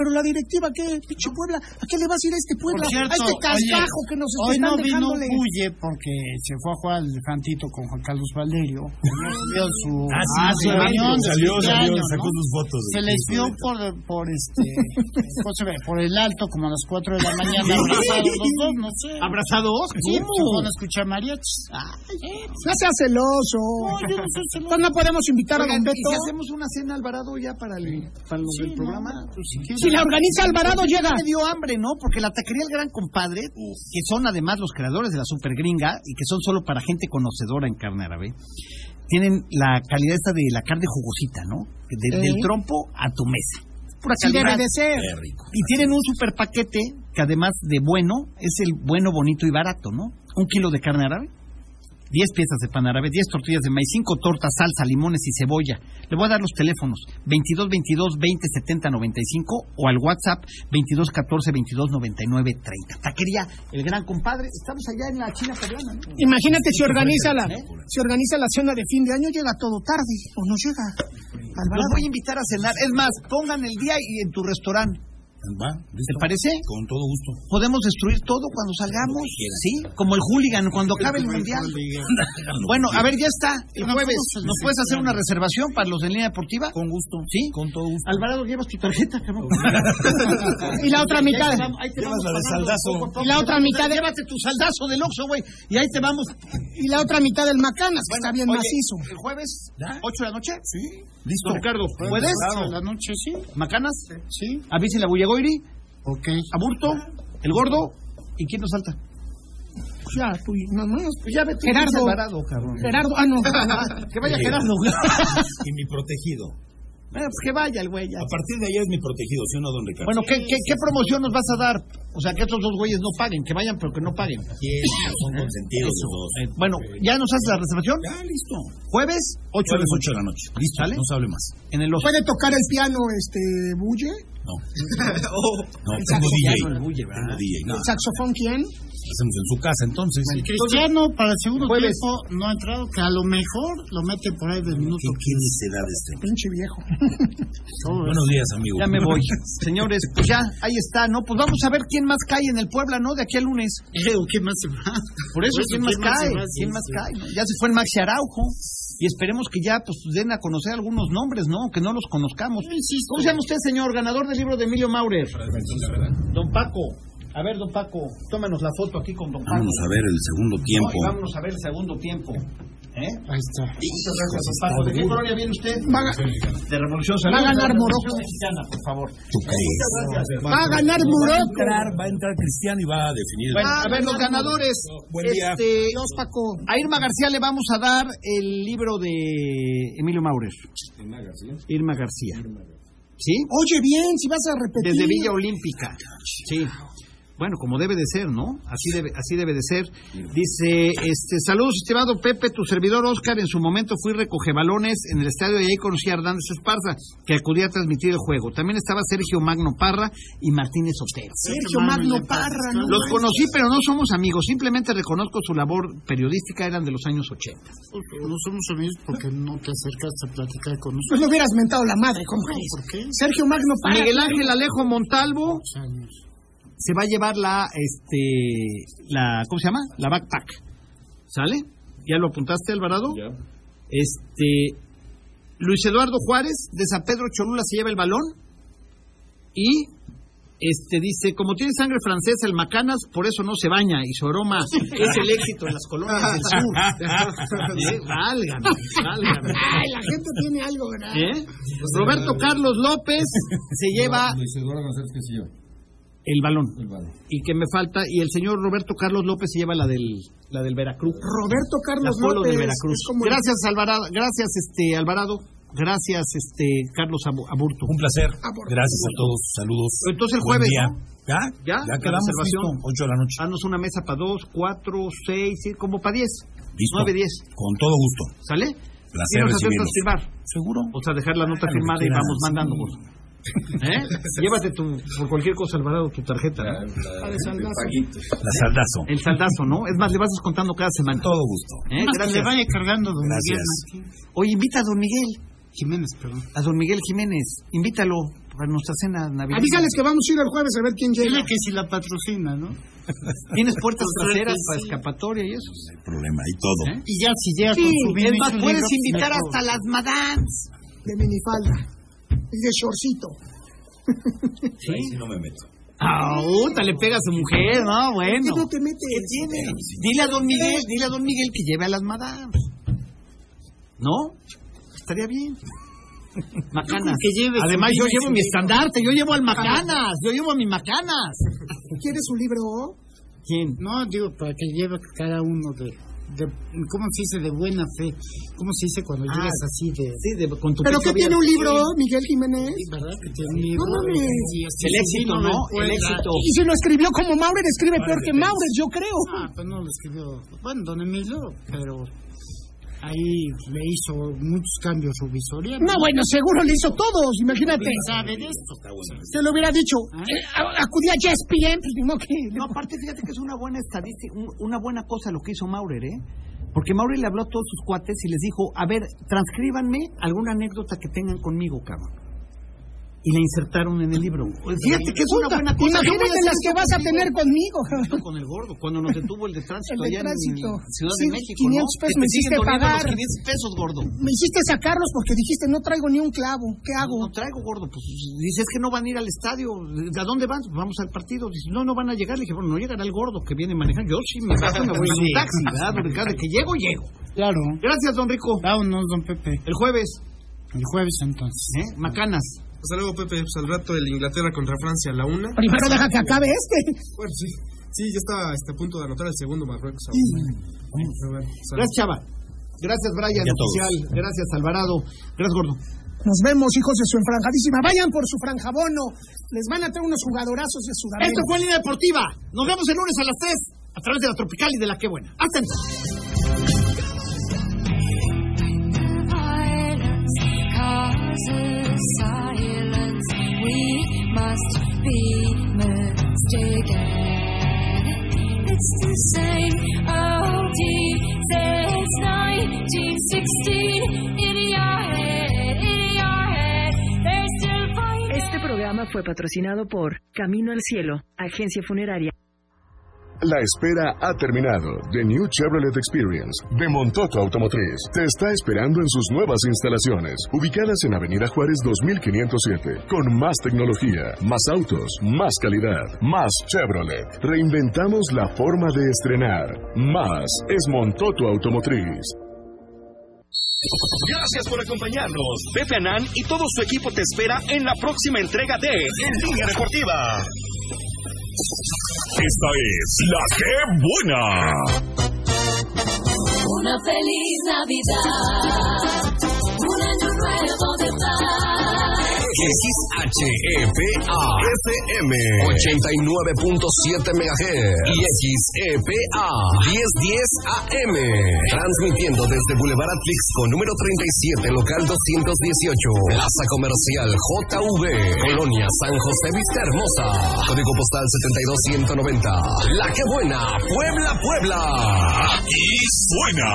Pero la directiva, ¿qué? Pinche Puebla, ¿a qué le vas a ir a este Puebla?
cierto,
a este cascajo
oye,
que nos
Hoy
están
no vino
dejándole.
Puye porque se fue a jugar al elefantito con Juan Carlos Valerio. Vio su, ah, su reunión de
salió,
fin de
salió,
año,
sacó
¿no?
sus fotos.
Se les vio por, por este ¿cómo se ve? por el alto como a las 4 de la mañana abrazados los dos, no sé.
¿Abrazados?
Sí, pues, se van a escuchar mariachis. Ah,
No sea celoso. Pues no podemos invitar a
Oigan,
Don
¿y
Beto.
si hacemos una cena Alvarado ya para, el, para los del programa? Pues,
Si la organiza Alvarado, llega.
Me dio hambre, ¿no? Porque la taquería El Gran Compadre, que son además los creadores de la super gringa y que son solo para gente conocedora en carne árabe, tienen la calidad esta de la carne jugosita, ¿no? De-
Sí.
Del trompo a tu mesa. Pura
Sí debe
calidad.
de ser.
Qué rico.
Y tienen un super paquete que además de bueno, es el bueno, bonito y barato, ¿no? Un kilo de carne árabe, 10 piezas de pan árabe, 10 tortillas de maíz, 5 tortas, salsa, limones y cebolla. Le voy a dar los teléfonos, 22 22 20 70 95 o al WhatsApp 22 14 22 99 30. Taquería, el gran compadre, estamos allá en la China ¿eh? Poblana, ¿no?
Imagínate si organiza la, si organiza la cena de fin de año, llega todo tarde o no llega.
Los
Alvarado.
voy a invitar a cenar. Es más, pongan el día y en tu restaurante.
¿Va?
¿Te
¿Listo?
parece?
Con todo gusto.
Podemos destruir todo cuando salgamos, ¿sí? Como el hooligan cuando acabe el mundial. Bueno, a ver, ya está. El jueves, ¿nos puedes hacer una reservación para los de línea deportiva? Con gusto. ¿Sí? Con todo gusto. Alvarado, llevas tu tarjeta, cabrón.
Y la otra mitad.
Ahí te
Llevas
vamos
la de
pagando
saldazo.
poco a poco.
Y la otra mitad de-
Llévate tu saldazo del Oxxo, güey. Y ahí te vamos.
Y la otra mitad del Macanas, que está bien
Oye,
macizo.
¿El jueves?
¿Ya?
¿Ocho de la noche? Sí.
Listo.
Ricardo, ¿puedes?
Claro, la noche sí.
¿Macanas?
Sí.
¿Avisen la Bullegoiri?
Ok.
¿Aburto? ¿El Gordo? ¿Y quién nos falta?
Ya, tú, y- no, no, pues ya vete.
Gerardo.
Gerardo. Gerardo, ah, no.
Que vaya Gerardo.
Y mi protegido.
Bueno, pues que vaya el güey ya.
A partir de ayer es mi protegido, ¿sí o no, don Ricardo?
Bueno, ¿qué, qué, qué promoción nos vas a dar? O sea, que estos dos güeyes no paguen, que vayan, pero que no paguen. Eh,
Bien, son consentidos los dos.
Bueno, ¿ya nos haces la reservación?
Ya, listo.
Jueves, 8
8 a
de
las
la
8 de la noche. Listo,
¿Sale?
no se hable más.
noche. En el Oso.
Puede tocar el piano, este, Bulle.
No. No, tengo DJ. Tengo DJ. No,
¿Saxofón quién?
hacemos en su casa entonces.
Cristiano para el segundo
Jueves.
tiempo no ha entrado, que a lo mejor lo mete por ahí del minuto.
¿Qué, qué necedad es esta?
Pinche viejo.
Buenos días, amigo.
Ya me voy. Señores, pues ya, ahí está, ¿no? Pues vamos a ver quién más cae en el Puebla, ¿no? De aquí al lunes.
¿Qué ¿Eh? más se va?
Por eso, ¿quién, más cae?
se va? Sí,
¿Quién más
sí.
cae? no? Ya se fue el Maxi Araujo. Y esperemos que ya pues den a conocer algunos nombres, ¿no? Que no los conozcamos. ¿Cómo se llama usted, señor? Ganador del libro de Emilio Maurer. Don Paco. A ver, don Paco, tómanos la foto aquí con don Paco.
Vámonos a ver el segundo
No,
tiempo.
y vámonos a ver el segundo tiempo. ¿Eh?
Ahí está.
Muchas gracias, don Paco. ¿De qué colonia viene usted? De Revolución
Va a
Saludos.
ganar Morocco.
Mexicana, por favor.
¿Tú crees?
Va a ganar Morocco.
Va a entrar Cristiano y va a definir.
Bueno, a ver, los ganadores.
Buen día.
Este, A Irma García le vamos a dar el libro de Emilio Maurer. Irma García. Irma García. ¿Sí?
Oye, bien, si vas a repetir.
Desde Villa Olímpica. Sí. Bueno, como debe de ser, ¿no? Así debe, así debe de ser. Dice, este, saludos, estimado Pepe, tu servidor Oscar, en su momento fui recoge balones en el estadio y ahí conocí a Hernández Esparza, que acudía a transmitir el juego. También estaba Sergio Magno Parra y Martínez Otero.
Sergio Magno Parra, ¿no?
Los conocí, pero no somos amigos, simplemente reconozco su labor periodística, eran de los años 80.
No somos amigos porque no te acercaste a platicar con nosotros.
Pues le hubieras mentado la madre, ¿cómo crees?
¿Por qué?
Sergio Magno Parra.
Miguel Ángel Alejo Montalvo
Dos años.
se va a llevar la, este, la, ¿cómo se llama? La backpack. ¿Sale? ¿Ya lo apuntaste, Alvarado?
Ya.
Este, Luis Eduardo Juárez de San Pedro Cholula se lleva el balón y este dice, como tiene sangre francesa el Macanas, por eso no se baña y su aroma es el éxito en las colonias del sur. Eh, Válgame, válgame.
Ay, la gente tiene algo, ¿verdad? Pues,
¿Eh? Roberto Carlos López se lleva
Luis Eduardo González Quesillo.
el balón
El balón.
y que me falta y el señor Roberto Carlos López se lleva la del la del Veracruz.
Roberto Carlos
La Polo
López.
de Veracruz.
es como el-
Gracias Alvarado, gracias este Alvarado, gracias este Carlos Abu- Aburto.
Un placer.
Ah,
por
Gracias a todos. Saludos.
Entonces el
Buen
jueves,
día.
¿no?
¿Ya?
Ya,
Ya
la
quedamos
reservación. Ah,
listo. 8 de la noche.
Haznos una mesa para dos, cuatro, seis, sí, como para diez.
Listo.
Nueve, diez.
Con todo gusto.
¿Sale?
Placer
y nos aceptas
recibirlos.
firmar.
Seguro.
O sea, dejar la nota
Ah, lo
firmada
que
y
quieras.
vamos mandando. vos. ¿Eh? Llévate tu, por cualquier cosa, Alvarado, tu tarjeta. ¿no?
La saldazo.
El saldazo, ¿no? Es más, le vas descontando cada semana.
Con todo gusto.
¿Eh?
Más que le
Gracias.
vaya cargando don
Gracias.
Miguel Martínez.
Oye, invita a don Miguel,
Jiménez, perdón.
a don Miguel Jiménez. Invítalo a nuestra cena navideña.
Avísales que vamos a ir el jueves a ver quién llega.
Dile que si la patrocina, ¿no?
Tienes puertas
Pues,
traseras
sí.
para escapatoria y eso.
No hay problema. Y todo.
¿Eh?
Y ya, si llegas
Sí,
con su vino
es
y
más,
tu
puedes
libro,
invitar
me
hasta
cobro.
las madames.
De minifalda. Y de shortcito.
Ahí sí no me meto.
Ah, puta, le pega a su mujer, ¿no?
¿Qué
Bueno.
no te metes?
Dile a don Miguel, dile a don Miguel que lleve a las madames. ¿No? Estaría bien. Macanas. Además, yo llevo mi estandarte, yo llevo al Macanas, yo llevo a mi Macanas.
¿Quieres un libro?
¿Quién?
No, digo, para que lleve cada uno de, de- ¿Cómo se dice? De buena fe. ¿Cómo se dice cuando llegas así de...
Sí, de- con tu
Ah. ¿Pero
pecho
qué tiene un
abierto.
libro, Miguel Jiménez?
¿Verdad? Que te miro,
No mames.
y así
El
se
éxito,
vino
¿no?
del
El
Puebla.
éxito.
Y si lo escribió como Maurer, escribe peor que Maurer, yo creo.
Ah, pues no lo escribió. Bueno, don Emilio, pero ahí le hizo muchos cambios su visoría.
No, bueno, seguro le hizo todos, imagínate.
sabe de esto.
Te lo hubiera dicho.
Ah.
Eh, a- Acudí a ESPN, pues ni modo que...
No, aparte, fíjate que es una buena estadística, un- una buena cosa lo que hizo Maurer, ¿eh? Porque Maurer le habló a todos sus cuates y les dijo, a ver, transcríbanme alguna anécdota que tengan conmigo, cabrón. Y la insertaron en el libro.
Pues
Fíjate que es una
Puta,
buena cosa. Yo voy a
Imagínate
hacer
las que
eso
vas a
contigo.
tener conmigo.
con el gordo cuando nos detuvo el de tránsito
El de
allá
tránsito.
en Ciudad
Sí,
de México.
500
¿no? Que te
pesos me
siguen
hiciste
doliendo los
pagar.
500 pesos, gordo.
Me hiciste sacarlos porque dijiste, no traigo ni un clavo. ¿Qué hago?
No traigo, gordo. Pues dices que no van a ir al estadio. ¿A dónde van? Pues, vamos al partido. Dice, no, no van a llegar. Le dije, bueno, no llegará el gordo que viene manejando. Yo sí me bajo y me voy en un taxi, ¿verdad? Porque cada que llego, llego.
Claro.
Gracias, don Rico.
Vámonos, don Pepe.
El jueves,
El jueves entonces.
¿eh? Macanas.
Hasta luego, Pepe. Pues al rato el Inglaterra contra Francia a la una.
Primero deja que acabe este.
Bueno, sí. Sí, ya estaba este, a punto de anotar el segundo Marruecos. a una. Pero bueno, sale.
Gracias, Chava. Gracias, Brian,
Y a todos.
oficial. Gracias, Alvarado. Gracias, gordo.
Nos vemos, hijos de su enfranjadísima. Vayan por su franjabono. Les van a traer unos jugadorazos de Sudamérica.
Esto fue Línea Deportiva. Nos vemos el lunes a las 3 a través de la Tropical y de la Qué Buena. Hasta entonces.
Silence causes silence. We must be mistaken. It's the same old since 1916. In your head, in your head, there's still fighting.
Este programa fue patrocinado por Camino al Cielo, agencia funeraria.
La espera ha terminado. The New Chevrolet Experience de Montoto Automotriz te está esperando en sus nuevas instalaciones, ubicadas en Avenida Juárez 2507, con más tecnología, más autos, más calidad, más Chevrolet. Reinventamos la forma de estrenar. Más es Montoto Automotriz.
Gracias por acompañarnos. Pepe Anán y todo su equipo te espera en la próxima entrega de En Línea Deportiva.
Esta es la que buena.
Una feliz Navidad. Un año nuevo de paz.
Que
E HEPA FM 89.7 MHz y E XEPA 1010 AM. Transmitiendo desde Boulevard Atlixco número 37, local 218, Plaza Comercial JV, Colonia San José Vista Hermosa, Código Postal 72190. La que buena, Puebla, Puebla. Aquí suena.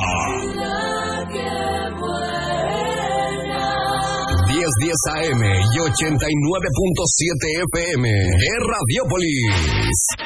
1010 AM y 89.7 FM de Radiópolis.